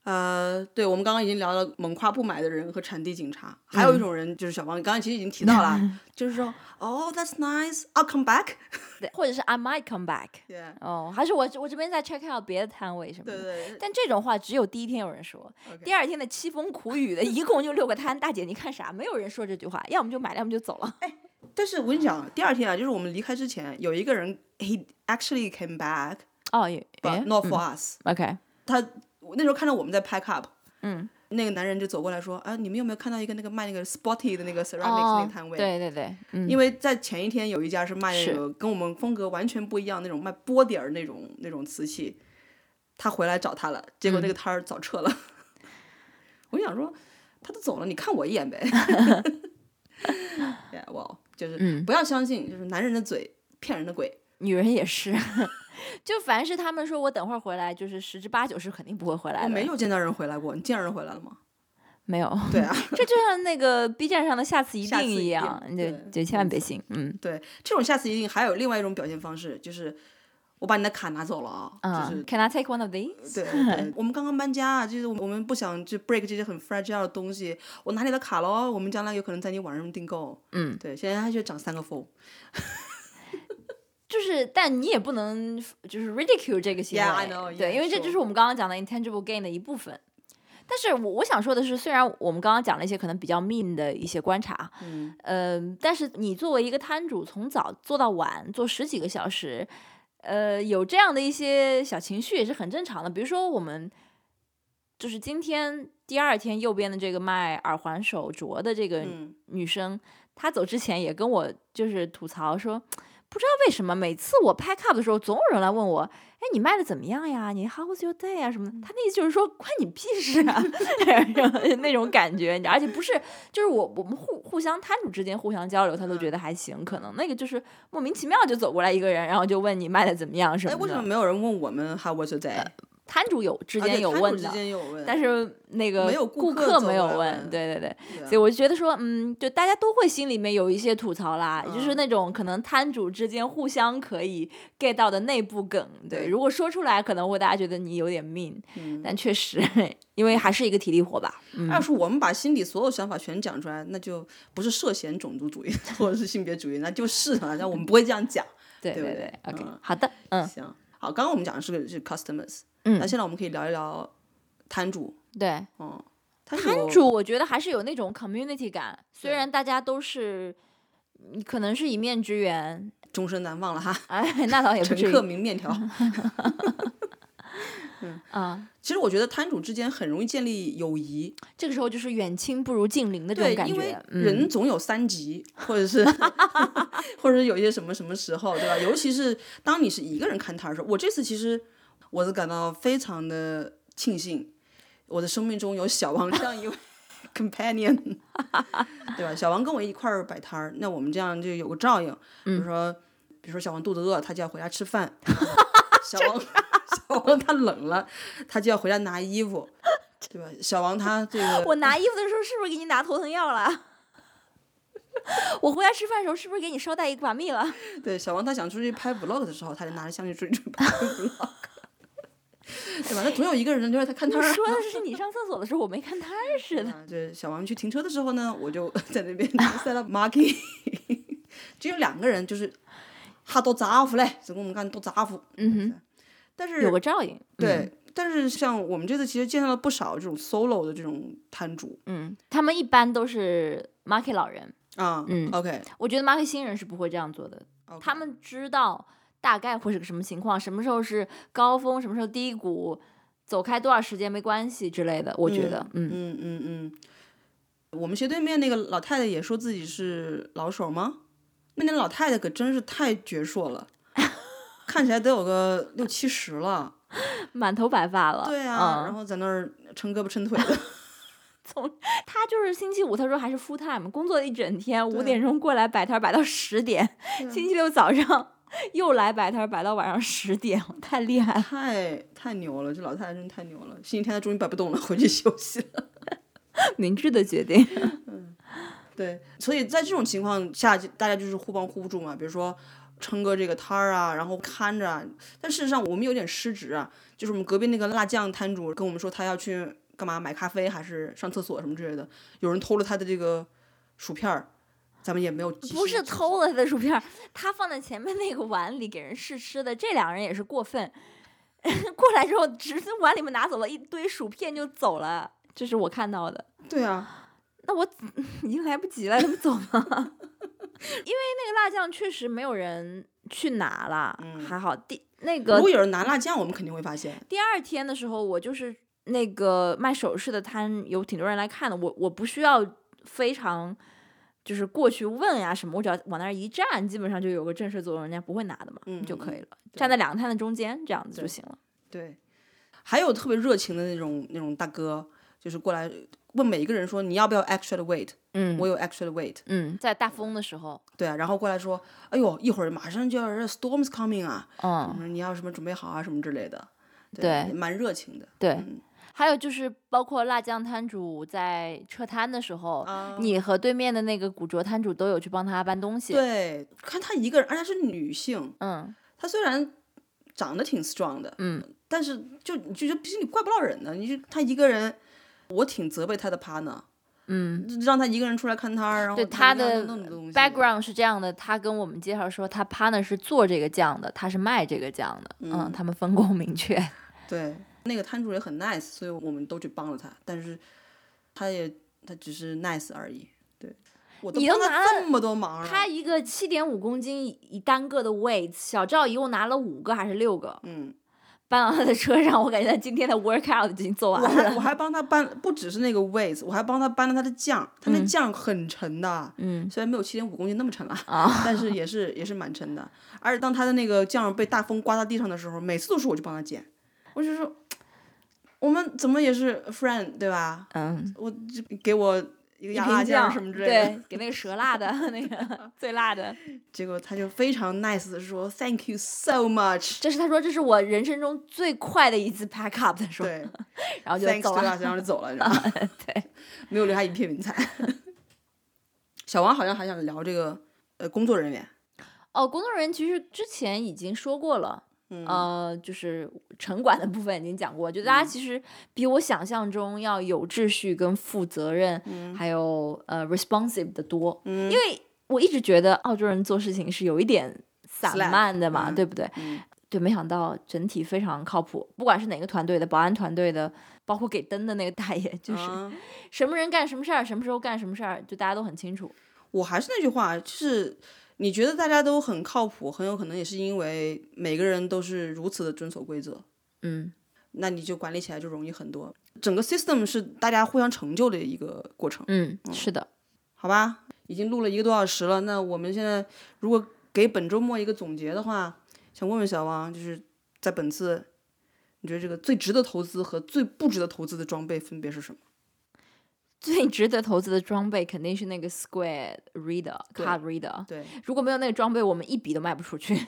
[SPEAKER 1] 呃，对，我们刚刚已经聊了猛跨不买的人和产地警察，还
[SPEAKER 2] 嗯
[SPEAKER 1] 有一种人就是小王，你刚刚其实已经提到了，就是说，哦、t h a t s nice, I'll come back。
[SPEAKER 2] 对或者是 I might come back。
[SPEAKER 1] Yeah，
[SPEAKER 2] 哦，还是我我这边在 check out 别的摊位什么的。
[SPEAKER 1] 对对对，
[SPEAKER 2] 但这种话只有第一天有人说
[SPEAKER 1] OK
[SPEAKER 2] 第二天的凄风苦雨的，一共就六个摊。大姐，你看啥？没有人说这句话，要么就买了，要么就走了。
[SPEAKER 1] 但是我跟你讲，第二天啊，就是我们离开之前，有一个人，he actually came back。
[SPEAKER 2] 哦，也
[SPEAKER 1] but not for
[SPEAKER 2] 嗯
[SPEAKER 1] us、
[SPEAKER 2] OK，
[SPEAKER 1] 他我那时候看到我们在 pack up，
[SPEAKER 2] 嗯，
[SPEAKER 1] 那个男人就走过来说：“啊，你们有没有看到一个那个卖那个 spotty 的那个 ceramics、那
[SPEAKER 2] 哦
[SPEAKER 1] 个，摊位？”
[SPEAKER 2] 对对对，嗯，
[SPEAKER 1] 因为在前一天有一家是卖那
[SPEAKER 2] 是
[SPEAKER 1] 个跟我们风格完全不一样那种卖波点儿那种那种瓷器，他回来找他了，结果那个摊儿早撤了。 我就想说，他都走了，你看我一眼呗。yeah, well，就是
[SPEAKER 2] 嗯
[SPEAKER 1] 不要相信，就是男人的嘴骗人的鬼。
[SPEAKER 2] 女人也是， 就凡是他们说我等会儿回来，就是十之八九是肯定不会回来
[SPEAKER 1] 我
[SPEAKER 2] 的。
[SPEAKER 1] 哦没有见到人回来过，你见到人回来了吗？
[SPEAKER 2] 没有，
[SPEAKER 1] 对啊。
[SPEAKER 2] 这就像那个 B 站上的下次一
[SPEAKER 1] 下次
[SPEAKER 2] 定
[SPEAKER 1] 一定
[SPEAKER 2] 样，你就
[SPEAKER 1] 对
[SPEAKER 2] 就千万别信。嗯，
[SPEAKER 1] 对，这种下次一定还有另外一种表现方式，就是我把你的卡拿走了啊，
[SPEAKER 2] 啊、
[SPEAKER 1] 就是
[SPEAKER 2] c a n I take one of these？
[SPEAKER 1] 对对，我们刚刚搬家啊，就是我们不想去 break 这些很 fragile 的东西，我拿你的卡喽，我们将来有可能在你网上订购。
[SPEAKER 2] 嗯，
[SPEAKER 1] 对，现在它就涨三个 fold。
[SPEAKER 2] 就是，但你也不能就是 ridicule 这个行为
[SPEAKER 1] Yeah, I know,
[SPEAKER 2] 对
[SPEAKER 1] yeah,
[SPEAKER 2] 因为这
[SPEAKER 1] sure.
[SPEAKER 2] 就是我们刚刚讲的 intangible gain 的一部分。但是我我想说的是，虽然我们刚刚讲了一些可能比较 mean 的一些观察，
[SPEAKER 1] 嗯，
[SPEAKER 2] 嗯，但是你作为一个摊主，从早做到晚，做十几个小时，呃，有这样的一些小情绪也是很正常的。比如说，我们就是今天第二天右边的这个卖耳环、手镯的这个
[SPEAKER 1] 嗯
[SPEAKER 2] 女生，她走之前也跟我就是吐槽说，不知道为什么每次我 pack up 的时候，总有人来问我，哎，你卖的怎么样呀？你 How was your day 啊什么的？
[SPEAKER 1] 嗯
[SPEAKER 2] 她那意思就是说，关你屁事啊， 那种感觉，你知道而且不是就是我我们互互相摊主之间互相交流，他都
[SPEAKER 1] 嗯
[SPEAKER 2] 觉得还行，可能那个就是莫名其妙就走过来一个人，然后就问你卖的怎么样什
[SPEAKER 1] 哎，
[SPEAKER 2] 么
[SPEAKER 1] 为什么
[SPEAKER 2] 的。
[SPEAKER 1] 没有人问我们 How was your day？啊
[SPEAKER 2] 摊主有之
[SPEAKER 1] 而且
[SPEAKER 2] 间有
[SPEAKER 1] 摊主
[SPEAKER 2] 问
[SPEAKER 1] 之
[SPEAKER 2] 的，
[SPEAKER 1] 间有问，
[SPEAKER 2] 但是那个
[SPEAKER 1] 没有顾
[SPEAKER 2] 顾
[SPEAKER 1] 客
[SPEAKER 2] 客
[SPEAKER 1] 走
[SPEAKER 2] 没有
[SPEAKER 1] 过来
[SPEAKER 2] 问，
[SPEAKER 1] 问
[SPEAKER 2] 对对对，
[SPEAKER 1] 对啊
[SPEAKER 2] 所以我就觉得说，嗯，就大家都会心里面有一些吐槽啦，
[SPEAKER 1] 嗯
[SPEAKER 2] 就是那种可能摊主之间互相可以 get 到的内部梗，对，
[SPEAKER 1] 对
[SPEAKER 2] 如果说出来可能会大家觉得你有点 mean，、
[SPEAKER 1] 嗯啊
[SPEAKER 2] 但确实因为还是一个体力活吧，嗯
[SPEAKER 1] 要是我们把心里所有想法全讲出来，那就不是涉嫌种族主义或者是性别主义，那就是啊，但我们不会这样讲。
[SPEAKER 2] 对
[SPEAKER 1] 对不
[SPEAKER 2] 对
[SPEAKER 1] 对
[SPEAKER 2] ，OK，、
[SPEAKER 1] 嗯
[SPEAKER 2] 好的，嗯，
[SPEAKER 1] 行，好，刚刚我们讲的是是 customers，
[SPEAKER 2] 嗯
[SPEAKER 1] 那现在我们可以聊一聊摊主，
[SPEAKER 2] 对，
[SPEAKER 1] 嗯，摊
[SPEAKER 2] 摊主我觉得还是有那种 community 感，虽
[SPEAKER 1] 对
[SPEAKER 2] 然大家都是。嗯可能是一面之缘，
[SPEAKER 1] 终身难忘了哈，
[SPEAKER 2] 哎， 那倒也不
[SPEAKER 1] 乘
[SPEAKER 2] 至
[SPEAKER 1] 客
[SPEAKER 2] 于
[SPEAKER 1] 名面条。
[SPEAKER 2] 啊。
[SPEAKER 1] 其实我觉得摊主之间很容易建立友谊，
[SPEAKER 2] 这个时候就是远亲不如近邻的这
[SPEAKER 1] 对
[SPEAKER 2] 种，感
[SPEAKER 1] 因为
[SPEAKER 2] 觉，嗯
[SPEAKER 1] 人总有三急，或者是或者是有一些什么什么时候，对吧？尤其是当你是一个人看摊儿的时候，我这次其实我是感到非常的庆幸，我的生命中有小王这样一位 companion，对吧？小王跟我一块儿摆摊儿，那我们这样就有个照应，比如说。
[SPEAKER 2] 嗯
[SPEAKER 1] 比如说小王肚子饿，他就要回家吃 饭；小王小王他冷了，他就要回家拿衣 服，对吧？小王他这个
[SPEAKER 2] 我拿衣服的时候是不是给你拿头疼药了？ 我回家吃饭的时候是不是给你捎带一把蜜了？
[SPEAKER 1] 对，小王他想出去拍 vlog 的时候，他就拿着相机出去拍 vlog，对吧？那总有一个人就是他看摊儿啊。
[SPEAKER 2] 说的是你上厕所的时候我没看摊儿似的。
[SPEAKER 1] 啊，这小王去停车的时候呢，我就 在那边 set up marking，只有两个人，就是哈都扎夫嘞，只跟我们干都扎夫。
[SPEAKER 2] 嗯哼，
[SPEAKER 1] 但是
[SPEAKER 2] 有个照应。嗯
[SPEAKER 1] 对，但是像我们这次其实见到了不少这种 solo 的这种摊主
[SPEAKER 2] 嗯，他们一般都是 market 老人，
[SPEAKER 1] 啊，
[SPEAKER 2] 嗯
[SPEAKER 1] ，OK，
[SPEAKER 2] 我觉得 market 新人是不会这样做的。他们知道大概会是个什么情况，什么时候是高峰，什么时候低谷，走开多少时间没关系之类的。我觉得，嗯，
[SPEAKER 1] 嗯嗯嗯，我们斜对面那个老太太也说自己是老手吗？那那老太太可真是太矍铄了，看起来得有个六七十了。
[SPEAKER 2] 满头白发了。
[SPEAKER 1] 对啊，然
[SPEAKER 2] 嗯，
[SPEAKER 1] 后在那儿撑胳膊撑腿的，
[SPEAKER 2] 他就是星期五，他说还是 full time 工作一整天，五点钟过来摆摊儿摆到十点，星期六早上 又来摆摊儿摆到晚上十点，太厉害 了。
[SPEAKER 1] 太太牛了，这老太太真太牛了。星期天她终于摆不动了，回去休息了。
[SPEAKER 2] 明智的决定。
[SPEAKER 1] 对，所以在这种情况下，就大家就是互帮互助嘛。比如说撑个这个摊儿啊，然后看着、啊。但事实上，我们有点失职啊，就是我们隔壁那个辣酱摊主跟我们说，他要去干嘛买咖啡，还是上厕所什么之类的。有人偷了他的这个薯片儿，咱们也没有及时
[SPEAKER 2] 不是偷了他的薯片儿，他放在前面那个碗里给人试吃的。这两个人也是过分， 过来之后直接碗里面拿走了一堆薯片就走了，这是我看到的。
[SPEAKER 1] 对啊，
[SPEAKER 2] 那我已经来不及了，他 们走吗？因为那个辣酱确实没有人去拿啦，还好第那
[SPEAKER 1] 如
[SPEAKER 2] 个
[SPEAKER 1] 果有人拿辣酱，我们肯定会发现。
[SPEAKER 2] 第二天的时候，我就是那个卖首饰的摊有挺多人来看的，我我不需要非常就是过去问呀、什么，我只要往那儿一站，基本上就有个震慑作用，人家不会拿的嘛，
[SPEAKER 1] 嗯
[SPEAKER 2] 就可以了。
[SPEAKER 1] 对
[SPEAKER 2] 站在两个摊的中间，这样子就行了。
[SPEAKER 1] 对，还有特别热情的那种那种大哥，就是过来问每一个人说你要不要 extra 的 weight，
[SPEAKER 2] 嗯
[SPEAKER 1] 我有 extra 的 weight。
[SPEAKER 2] 嗯，在大风的时候，
[SPEAKER 1] 对啊，然后过来说，哎呦，一会儿马上就要是 storms coming 啊，我
[SPEAKER 2] 嗯，
[SPEAKER 1] 说你要什么准备好啊，什么之类的，
[SPEAKER 2] 对
[SPEAKER 1] 也蛮热情的
[SPEAKER 2] 对。
[SPEAKER 1] 嗯
[SPEAKER 2] 还有就是，包括辣酱摊主在撤摊的时候，
[SPEAKER 1] 啊
[SPEAKER 2] 你和对面的那个古着摊主都有去帮他搬东西。，
[SPEAKER 1] 对，看她一个人，而且她是女性，
[SPEAKER 2] 嗯
[SPEAKER 1] 她虽然长得挺 strong 的，
[SPEAKER 2] 嗯，
[SPEAKER 1] 但是就你就觉得其实你怪不到人的，你就她一个人，我挺责备她的 partner，
[SPEAKER 2] 嗯，
[SPEAKER 1] 让她一个人出来看摊儿，然后
[SPEAKER 2] 对
[SPEAKER 1] 她
[SPEAKER 2] 他
[SPEAKER 1] 一个人
[SPEAKER 2] 的
[SPEAKER 1] 弄那么多东西
[SPEAKER 2] background 是这样的，他跟我们介绍说，他 partner 是做这个酱的，他是卖这个酱的，嗯
[SPEAKER 1] 嗯
[SPEAKER 2] 他们分工明确。
[SPEAKER 1] 对，那个摊主也很 nice，所以我们都去帮了他，但是他也他只是 nice 而已。对，我都
[SPEAKER 2] 你
[SPEAKER 1] 帮
[SPEAKER 2] 都拿
[SPEAKER 1] 他
[SPEAKER 2] 了
[SPEAKER 1] 这么多忙了，啊
[SPEAKER 2] 他一个七点五公斤一单个的 weight，小赵一共拿了五个还是六个，
[SPEAKER 1] 嗯，
[SPEAKER 2] 搬到他的车上，我感觉他今天的 workout 已经做完
[SPEAKER 1] 我
[SPEAKER 2] 了。
[SPEAKER 1] 还我还帮他搬，不只是那个 weights，我还帮他搬了他的酱，他那酱很沉的，
[SPEAKER 2] 嗯
[SPEAKER 1] 虽然没有七点五公斤那么沉了，
[SPEAKER 2] 啊，
[SPEAKER 1] 但是也是也是蛮沉的。而且当他的那个酱被大风刮到地上的时候，每次都是我去帮他捡，我就说，我们怎么也是 friend 对吧？
[SPEAKER 2] 嗯，
[SPEAKER 1] 我就给我一个
[SPEAKER 2] 一
[SPEAKER 1] 压辣
[SPEAKER 2] 瓶
[SPEAKER 1] 酱
[SPEAKER 2] 酱
[SPEAKER 1] 什么之类的。
[SPEAKER 2] 对，给那个蛇辣的 那个最辣的，
[SPEAKER 1] 结果他就非常 nice 的说 Thank you so much，
[SPEAKER 2] 这是他说这是我人生中最快的一次 pack up 的时候，
[SPEAKER 1] 对
[SPEAKER 2] 然后就
[SPEAKER 1] ，Thanks to
[SPEAKER 2] 走了。
[SPEAKER 1] us，然后就走了，然后
[SPEAKER 2] 对，
[SPEAKER 1] 没有留下一片云彩。小王好像还想聊这个呃工作人员，
[SPEAKER 2] 哦，工作人员其实之前已经说过了，
[SPEAKER 1] 嗯
[SPEAKER 2] 呃，就是城管的部分已经讲过，就大家其实比我想象中要有秩序、跟负责任，还有呃 responsive 的多。
[SPEAKER 1] 嗯
[SPEAKER 2] 因为我一直觉得澳洲人做事情是有一点散
[SPEAKER 1] Slack，
[SPEAKER 2] 漫的嘛，
[SPEAKER 1] 嗯
[SPEAKER 2] 对不对？
[SPEAKER 1] 嗯
[SPEAKER 2] 对，没想到整体非常靠谱，不管是哪个团队的，保安团队的，包括给灯的那个大爷，就是
[SPEAKER 1] 啊
[SPEAKER 2] 什么人干什么事儿，什么时候干什么事儿，就大家都很清楚。
[SPEAKER 1] 我还是那句话，就是你觉得大家都很靠谱，很有可能也是因为每个人都是如此的遵守规则，
[SPEAKER 2] 嗯，
[SPEAKER 1] 那你就管理起来就容易很多。整个 system 是大家互相成就的一个过程。
[SPEAKER 2] 嗯，是的，
[SPEAKER 1] 好吧，已经录了一个多小时了。那我们现在如果给本周末一个总结的话，想问问小王，就是在本次，你觉得这个最值得投资和最不值得投资的装备分别是什么？
[SPEAKER 2] 最值得投资的装备肯定是那个 Square Reader Card Reader。
[SPEAKER 1] 对
[SPEAKER 2] 如果没有那个装备，我们一笔都卖不出去。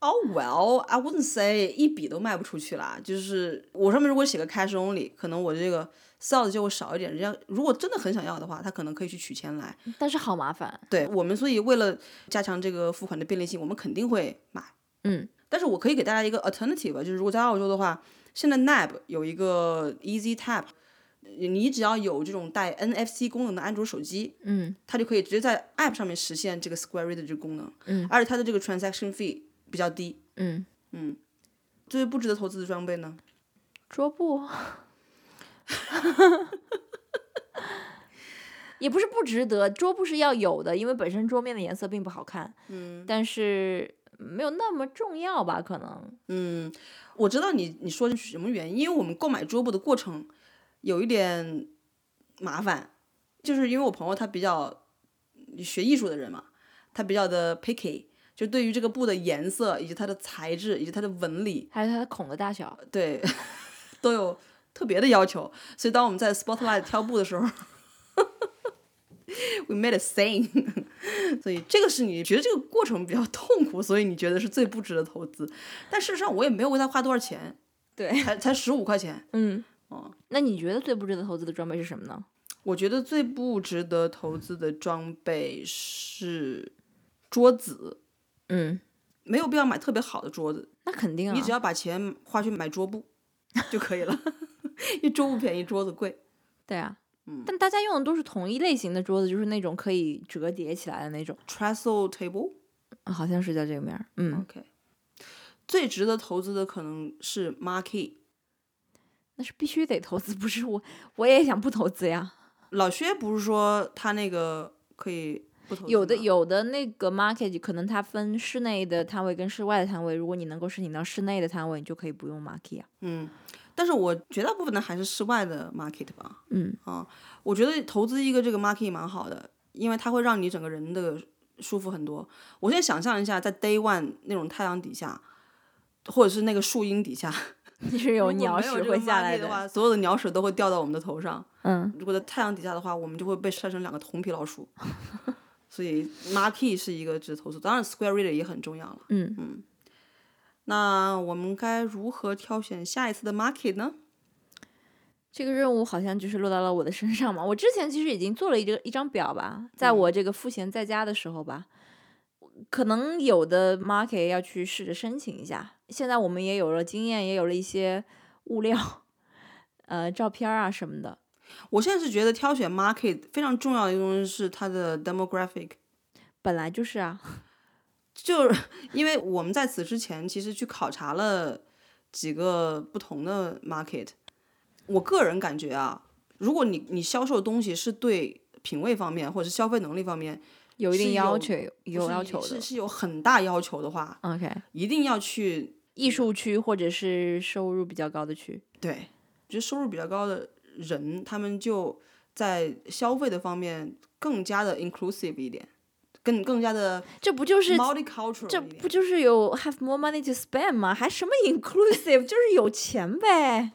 [SPEAKER 1] ，Oh well, I wouldn't say 一笔都卖不出去啦。就是我上面如果写个 cash only，可能我这个 sales 就会少一点。人家如果真的很想要的话，他可能可以去取钱来。
[SPEAKER 2] 但是好麻烦。
[SPEAKER 1] 对我们，所以为了加强这个付款的便利性，我们肯定会买。
[SPEAKER 2] 嗯，
[SPEAKER 1] 但是我可以给大家一个 alternative，吧就是如果在澳洲的话，现在 NAB 有一个 Easy Tap，你只要有这种带 NFC 功能的安卓手机，
[SPEAKER 2] 嗯，
[SPEAKER 1] 它就可以直接在 App 上面实现这个 Square Reader 这个功能，嗯，而且它的这个 transaction fee 比较低，
[SPEAKER 2] 嗯
[SPEAKER 1] 嗯，最不值得投资的装备呢？
[SPEAKER 2] 桌布。 也不是不值得，桌布是要有的，因为本身桌面的颜色并不好看，嗯，但是没有那么重要吧？可能，
[SPEAKER 1] 嗯，我知道你你说的是什么原因，因为我们购买桌布的过程有一点麻烦，就是因为我朋友他比较学艺术的人嘛，他比较的 picky，就对于这个布的颜色以及它的材质以及它的纹理，
[SPEAKER 2] 还有它的孔的大小，
[SPEAKER 1] 对都有特别的要求，所以当我们在 Spotlight 挑布的时候，we made a saying，所以这个是你觉得这个过程比较痛苦，所以你觉得是最不值得投资，但事实上我也没有为它花多少钱。
[SPEAKER 2] 对，
[SPEAKER 1] 才才十五块钱。
[SPEAKER 2] 嗯，
[SPEAKER 1] 哦，
[SPEAKER 2] 那你觉得最不值得投资的装备是什么呢？
[SPEAKER 1] 我觉得最不值得投资的装备是桌子，
[SPEAKER 2] 嗯，
[SPEAKER 1] 没有必要买特别好的桌子，
[SPEAKER 2] 那肯定啊，
[SPEAKER 1] 你只要把钱花去买桌布就可以了， 因为桌布便宜，桌子贵。
[SPEAKER 2] 对啊，但大家用的都是同一类型的桌子，就是那种可以折叠起来的那种，
[SPEAKER 1] Trestle table，OK，、
[SPEAKER 2] 啊好像是叫这个名儿。嗯，
[SPEAKER 1] 最值得投资的可能是 marquee。
[SPEAKER 2] 那是必须得投资， 不是我我也想不投资呀。
[SPEAKER 1] 老薛不是说他那个可以不投资
[SPEAKER 2] 有的
[SPEAKER 1] 吗，
[SPEAKER 2] 有的那个 market 可能它分室内的摊位跟室外的摊位，如果你能够申请到室内的摊位，你就可以不用 market 啊。
[SPEAKER 1] 嗯，但是我绝大部分的还是室外的 market 吧。啊
[SPEAKER 2] 嗯
[SPEAKER 1] 我觉得投资一个这个 market 蛮好的，因为它会让你整个人的舒服很多。我现在想象一下，在 day one 那种太阳底下，或者是那个树荫底下，
[SPEAKER 2] 就是有
[SPEAKER 1] 如果
[SPEAKER 2] 鸟
[SPEAKER 1] 没
[SPEAKER 2] 屎
[SPEAKER 1] 这个
[SPEAKER 2] 会下
[SPEAKER 1] marquee
[SPEAKER 2] 来
[SPEAKER 1] 的话，所有的鸟屎都会掉到我们的头上。
[SPEAKER 2] 嗯，
[SPEAKER 1] 如果在太阳底下的话，我们就会被晒成两个红皮老鼠。 所以 market 是一个值得投资，当然 square reader 也很重要了。
[SPEAKER 2] 嗯
[SPEAKER 1] 嗯，那我们该如何挑选下一次的 market 呢？
[SPEAKER 2] 这个任务好像就是落到了我的身上嘛。我之前其实已经做了一个一张表吧，在
[SPEAKER 1] 嗯
[SPEAKER 2] 我这个赋闲在家的时候吧，可能有的 market 要去试着申请一下。现在我们也有了经验，也有了一些物料， 呃，照片啊什么的。
[SPEAKER 1] 我现在是觉得挑选 market 非常重要的一个东西是它的 demographic，
[SPEAKER 2] 本来就是啊，
[SPEAKER 1] 就是因为我们在此之前其实去考察了几个不同的 market，我个人感觉啊，如果你你销售的东西是对品味方面或者是消费能力方面
[SPEAKER 2] 有一定
[SPEAKER 1] 是
[SPEAKER 2] 要
[SPEAKER 1] 有
[SPEAKER 2] 求，有
[SPEAKER 1] 是
[SPEAKER 2] 要求
[SPEAKER 1] 是
[SPEAKER 2] 的。
[SPEAKER 1] 是有很大要求的话，
[SPEAKER 2] OK，
[SPEAKER 1] 一定要去
[SPEAKER 2] 艺术区或者是收入比较高的区，
[SPEAKER 1] 对，觉得收入比较高的人，他们就在消费的方面更加的 inclusive 一点，更更加的
[SPEAKER 2] 这不就是。
[SPEAKER 1] multicultural
[SPEAKER 2] 这
[SPEAKER 1] 一点
[SPEAKER 2] 不就是有 have more money to spend 吗？还 什么 inclusive，就是有钱呗。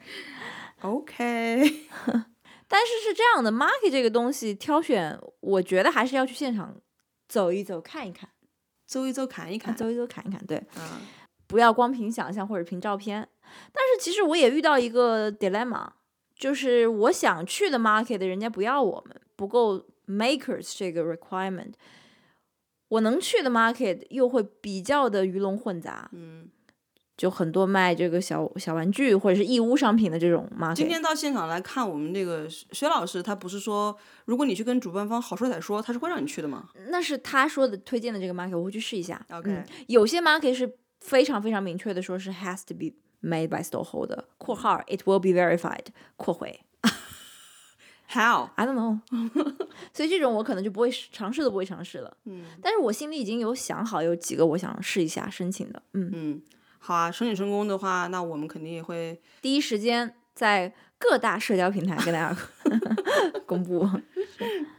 [SPEAKER 1] OK，
[SPEAKER 2] 但是是这样的，market 这个东西挑选，我觉得还是要去现场走一走、看一看，
[SPEAKER 1] 周一周砍一砍，
[SPEAKER 2] 走一走、看一看，对，
[SPEAKER 1] 啊，
[SPEAKER 2] 不要光凭想象或者凭照片。但是其实我也遇到一个 dilemma，就是我想去的 market 人家不要我们，不够 makers 这个 requirement。我能去的 market 又会比较的鱼龙混杂，
[SPEAKER 1] 嗯，
[SPEAKER 2] 就很多卖这个小小玩具或者是义乌商品的这种 market。
[SPEAKER 1] 今天到现场来看我们这个薛薛老师，他不是说如果你去跟主办方好说歹说，他是会让你去的吗
[SPEAKER 2] 那是他说的推荐的这个 market，我会去试一下。
[SPEAKER 1] OK
[SPEAKER 2] 嗯、有些 market 是非常非常明确的，说是 has to be made by storeholder（ 括号 it will be verified） 括回
[SPEAKER 1] ？How？
[SPEAKER 2] I don't know，所以 这种我可能就不会试尝试都不会尝试了。嗯，但是我心里已经有想好有几个我想试一下申请的，嗯，
[SPEAKER 1] 嗯，好啊，申请成功的话，那我们肯定也会
[SPEAKER 2] 第一时间 在各大社交平台跟大家公布。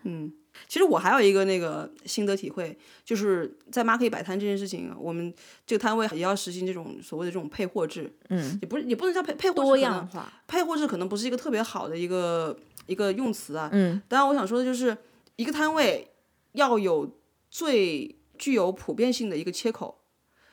[SPEAKER 1] 嗯，其实我还有一个那个心得体会，就是在 Market 摆摊这件事情，我们这个摊位也要实行这种所谓的这种配货制，嗯，也不是也不能叫配配货制
[SPEAKER 2] 多
[SPEAKER 1] 可能
[SPEAKER 2] 样化，
[SPEAKER 1] 配货制可能不是一个特别好的一个一个用词啊。嗯，当然我想说的就是，一个摊位要有最具有普遍性的一个切口。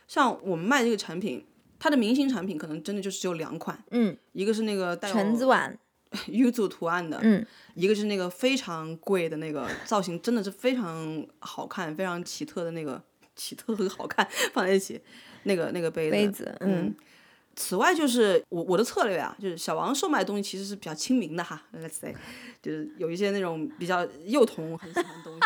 [SPEAKER 1] 像我们卖这个产品，它的明星产品可能真的就是只有两款，
[SPEAKER 2] 嗯，
[SPEAKER 1] 一个是那个带有
[SPEAKER 2] 橙子碗，
[SPEAKER 1] U 组图案的，
[SPEAKER 2] 嗯，
[SPEAKER 1] 一个是那个非常贵的那个造型，真的是非常好看、非常奇特的那个奇特和好看放在一起，那个那个杯子。
[SPEAKER 2] 杯子嗯
[SPEAKER 1] 此外，就是我我的策略啊，就是小王售卖的东西其实是比较亲民的哈，Let's say，就是有一些那种比较幼童很喜欢的东西。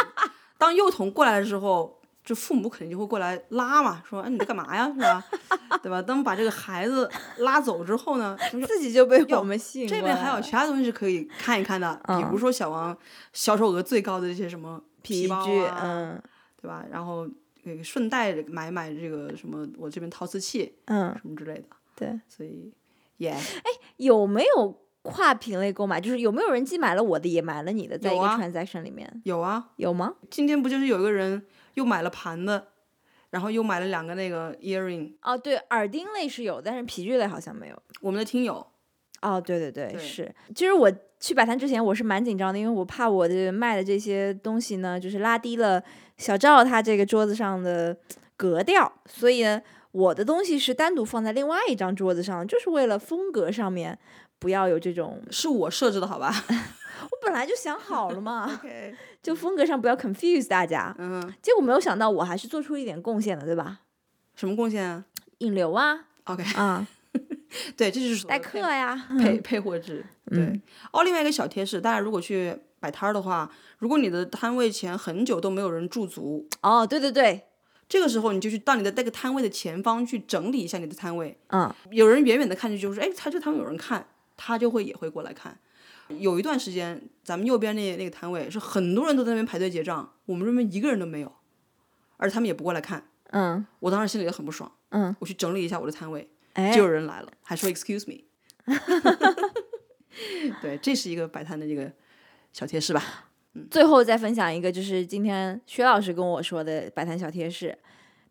[SPEAKER 1] 当幼童过来的时候，就父母肯定就会过来拉嘛，说：“哎，你在干嘛呀？是吧？ 对吧？”当把这个孩子拉走之后呢，就是
[SPEAKER 2] 自己就被我们吸引
[SPEAKER 1] 嗯这
[SPEAKER 2] 过
[SPEAKER 1] 边
[SPEAKER 2] 来
[SPEAKER 1] 还有
[SPEAKER 2] 了
[SPEAKER 1] 其他东西是可以看一看的，比如说小王销售额最高的这些什么
[SPEAKER 2] 嗯皮
[SPEAKER 1] 包
[SPEAKER 2] 具，
[SPEAKER 1] 啊，
[SPEAKER 2] 嗯
[SPEAKER 1] 对吧？然后那个顺带着买买这个什么，我这边陶瓷器
[SPEAKER 2] 嗯，
[SPEAKER 1] 什么之类的，
[SPEAKER 2] 对，
[SPEAKER 1] 所以也、
[SPEAKER 2] 有没有跨品类购买？就是有没有人既买了我的也买了你的，在一
[SPEAKER 1] 有
[SPEAKER 2] 个
[SPEAKER 1] 啊
[SPEAKER 2] transaction 里面
[SPEAKER 1] 有啊。
[SPEAKER 2] 有吗？
[SPEAKER 1] 今天不就是有一个人又买了盘子，然后又买了两个那个 earring，
[SPEAKER 2] 哦，对，耳钉类是有，但是皮具类好像没有。
[SPEAKER 1] 我们的听友
[SPEAKER 2] 哦，对对对，
[SPEAKER 1] 对
[SPEAKER 2] 是。其实我去摆摊之前，我是蛮紧张的，因为我怕我的卖的这些东西呢，就是拉低了小赵他这个桌子上的格调，所以呢，我的东西是单独放在另外一张桌子上，就是为了风格上面不要有这种。
[SPEAKER 1] 是我设置的，好吧
[SPEAKER 2] 我本来就想好了嘛，
[SPEAKER 1] ？OK，
[SPEAKER 2] 就风格上不要 confuse 大家。
[SPEAKER 1] 嗯，
[SPEAKER 2] 结果没有想到，我还是做出一点贡献的，对吧？
[SPEAKER 1] 什么贡献啊
[SPEAKER 2] 引流啊，
[SPEAKER 1] ？OK，
[SPEAKER 2] 啊，
[SPEAKER 1] 对，这就是所谓
[SPEAKER 2] 代
[SPEAKER 1] 的
[SPEAKER 2] 课呀，
[SPEAKER 1] 配配货制。对，
[SPEAKER 2] 嗯
[SPEAKER 1] 哦，另外一个小贴士，大家如果去摆摊儿的话，如果你的摊位前很久都没有人驻足，
[SPEAKER 2] 哦，对对对，
[SPEAKER 1] 这个时候你就去到你的那个摊位的前方去整理一下你的摊位。
[SPEAKER 2] 嗯，
[SPEAKER 1] 有人远远的看去就是，哎，他这摊位有人看，他就会也会过来看。有一段时间，咱们右边那那个摊位是很多人都在那边排队结账，我们这边一个人都没有，而他们也不过来看。
[SPEAKER 2] 嗯，
[SPEAKER 1] 我当时心里就很不爽，
[SPEAKER 2] 嗯，
[SPEAKER 1] 我去整理一下我的摊位，
[SPEAKER 2] 哎，
[SPEAKER 1] 就有人来了，还说 “excuse me”。对，这是一个摆摊的这个小贴士吧。
[SPEAKER 2] 最后再分享一个，就是今天薛老师跟我说的摆摊小贴士。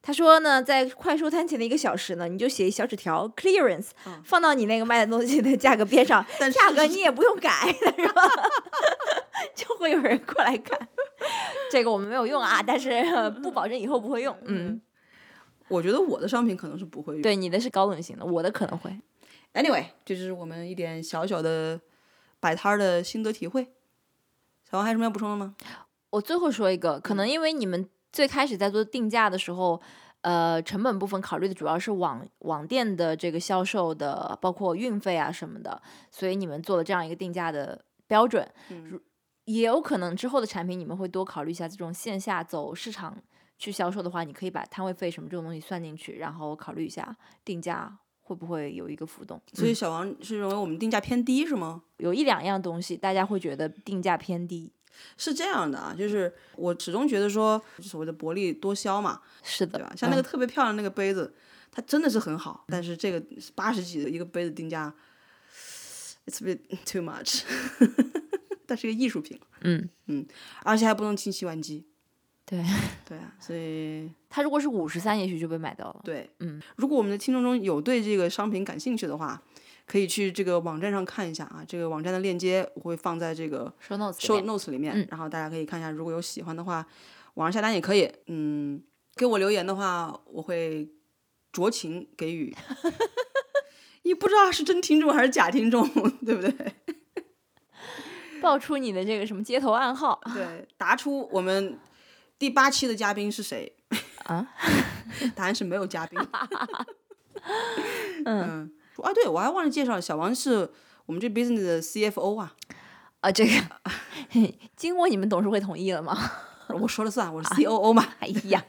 [SPEAKER 2] 他说呢，在快收摊前的一个小时呢，你就写一小纸条 clearance，、放到你那个卖的东西的价格边上，
[SPEAKER 1] 嗯但是
[SPEAKER 2] 价格你也不用改，是吧？ 就会有人过来看。这个我们没有用啊，但是 呃不保证以后不会用。嗯，
[SPEAKER 1] 我觉得我的商品可能是不会用。
[SPEAKER 2] 对，你的是高冷型的，我的可能会。
[SPEAKER 1] Anyway，这就是我们一点小小的摆摊儿的心得体会。小王还有什么要补充的吗？
[SPEAKER 2] 我最后说一个，可
[SPEAKER 1] 嗯
[SPEAKER 2] 能因为你们最开始在做定价的时候，呃，成本部分考虑的主要是网网店的这个销售的，包括运费啊什么的，所以你们做了这样一个定价的标准。
[SPEAKER 1] 嗯
[SPEAKER 2] 如也有可能之后的产品你们会多考虑一下，这种线下走市场去销售的话，你可以把摊位费什么这种东西算进去，然后考虑一下定价会不会有一个浮动。嗯
[SPEAKER 1] 所以小王是认为我们定价偏低是吗？
[SPEAKER 2] 有一两样东西大家会觉得定价偏低，
[SPEAKER 1] 是这样的啊，就是我始终觉得说所谓的薄利多销嘛，
[SPEAKER 2] 是的，
[SPEAKER 1] 对吧？像那
[SPEAKER 2] 嗯
[SPEAKER 1] 个特别漂亮的那个杯子，它真的是很好，但是这个八十几的一个杯子定价，it's a bit too much，它是个艺术品，
[SPEAKER 2] 嗯
[SPEAKER 1] 嗯，而且还不能进洗碗机，
[SPEAKER 2] 对。
[SPEAKER 1] 对啊，所以
[SPEAKER 2] 它如果是五十三，也许就被买到了。
[SPEAKER 1] 对，
[SPEAKER 2] 嗯，
[SPEAKER 1] 如果我们的听众中有对这个商品感兴趣的话，可以去这个网站上看一下啊，这个网站的链接我会放在这个
[SPEAKER 2] 收 notes 里
[SPEAKER 1] show
[SPEAKER 2] 面
[SPEAKER 1] notes 里面，
[SPEAKER 2] 嗯
[SPEAKER 1] 然后大家可以看一下，如果有喜欢的话，网上下单也可以。嗯，给我留言的话，我会酌情给 予。你不知道是真听众还是假听众， 对不对？
[SPEAKER 2] 报出你的这个什么街头暗号
[SPEAKER 1] 对，答出我们第八期的嘉宾是谁？
[SPEAKER 2] 啊？
[SPEAKER 1] 答案是没有嘉宾。嗯，啊，对，我还忘了介绍了，小王是我们这 business 的 CFO 啊，
[SPEAKER 2] 啊，这个经过你们董事会同意了吗？
[SPEAKER 1] 我说了算，我是 COO 嘛，
[SPEAKER 2] 哎 呀，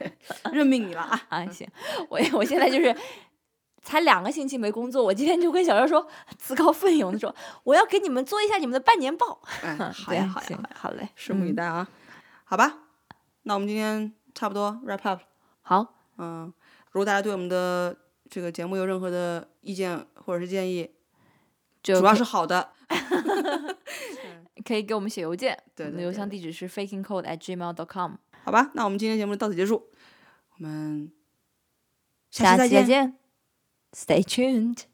[SPEAKER 1] 任命你了啊。
[SPEAKER 2] 啊行，我我现在就是才两个星期没工作，我今天就跟小赵说，自告奋勇的说，我要给你们做一下你们的半年报。
[SPEAKER 1] 哎，
[SPEAKER 2] 嗯
[SPEAKER 1] 好
[SPEAKER 2] 对
[SPEAKER 1] 呀，
[SPEAKER 2] 啊
[SPEAKER 1] 好呀，
[SPEAKER 2] 行，好嘞，
[SPEAKER 1] 拭目以
[SPEAKER 2] 嗯
[SPEAKER 1] 待啊。好吧，那我们今天差不多 wrap up 了。
[SPEAKER 2] 好，
[SPEAKER 1] 嗯，如果大家对我们的这个节目有任何的意见或者是建议，
[SPEAKER 2] 就
[SPEAKER 1] 主要
[SPEAKER 2] 可
[SPEAKER 1] 是好的，
[SPEAKER 2] 可以给我们写邮件，
[SPEAKER 1] 对
[SPEAKER 2] 我们
[SPEAKER 1] 对
[SPEAKER 2] 的邮
[SPEAKER 1] 对
[SPEAKER 2] 箱地址是 fakingcode at gmail dot com。
[SPEAKER 1] 好吧，那我们今天节目到此结束，我们下期
[SPEAKER 2] 下
[SPEAKER 1] 再
[SPEAKER 2] 期再
[SPEAKER 1] 见。
[SPEAKER 2] 见，Stay tuned。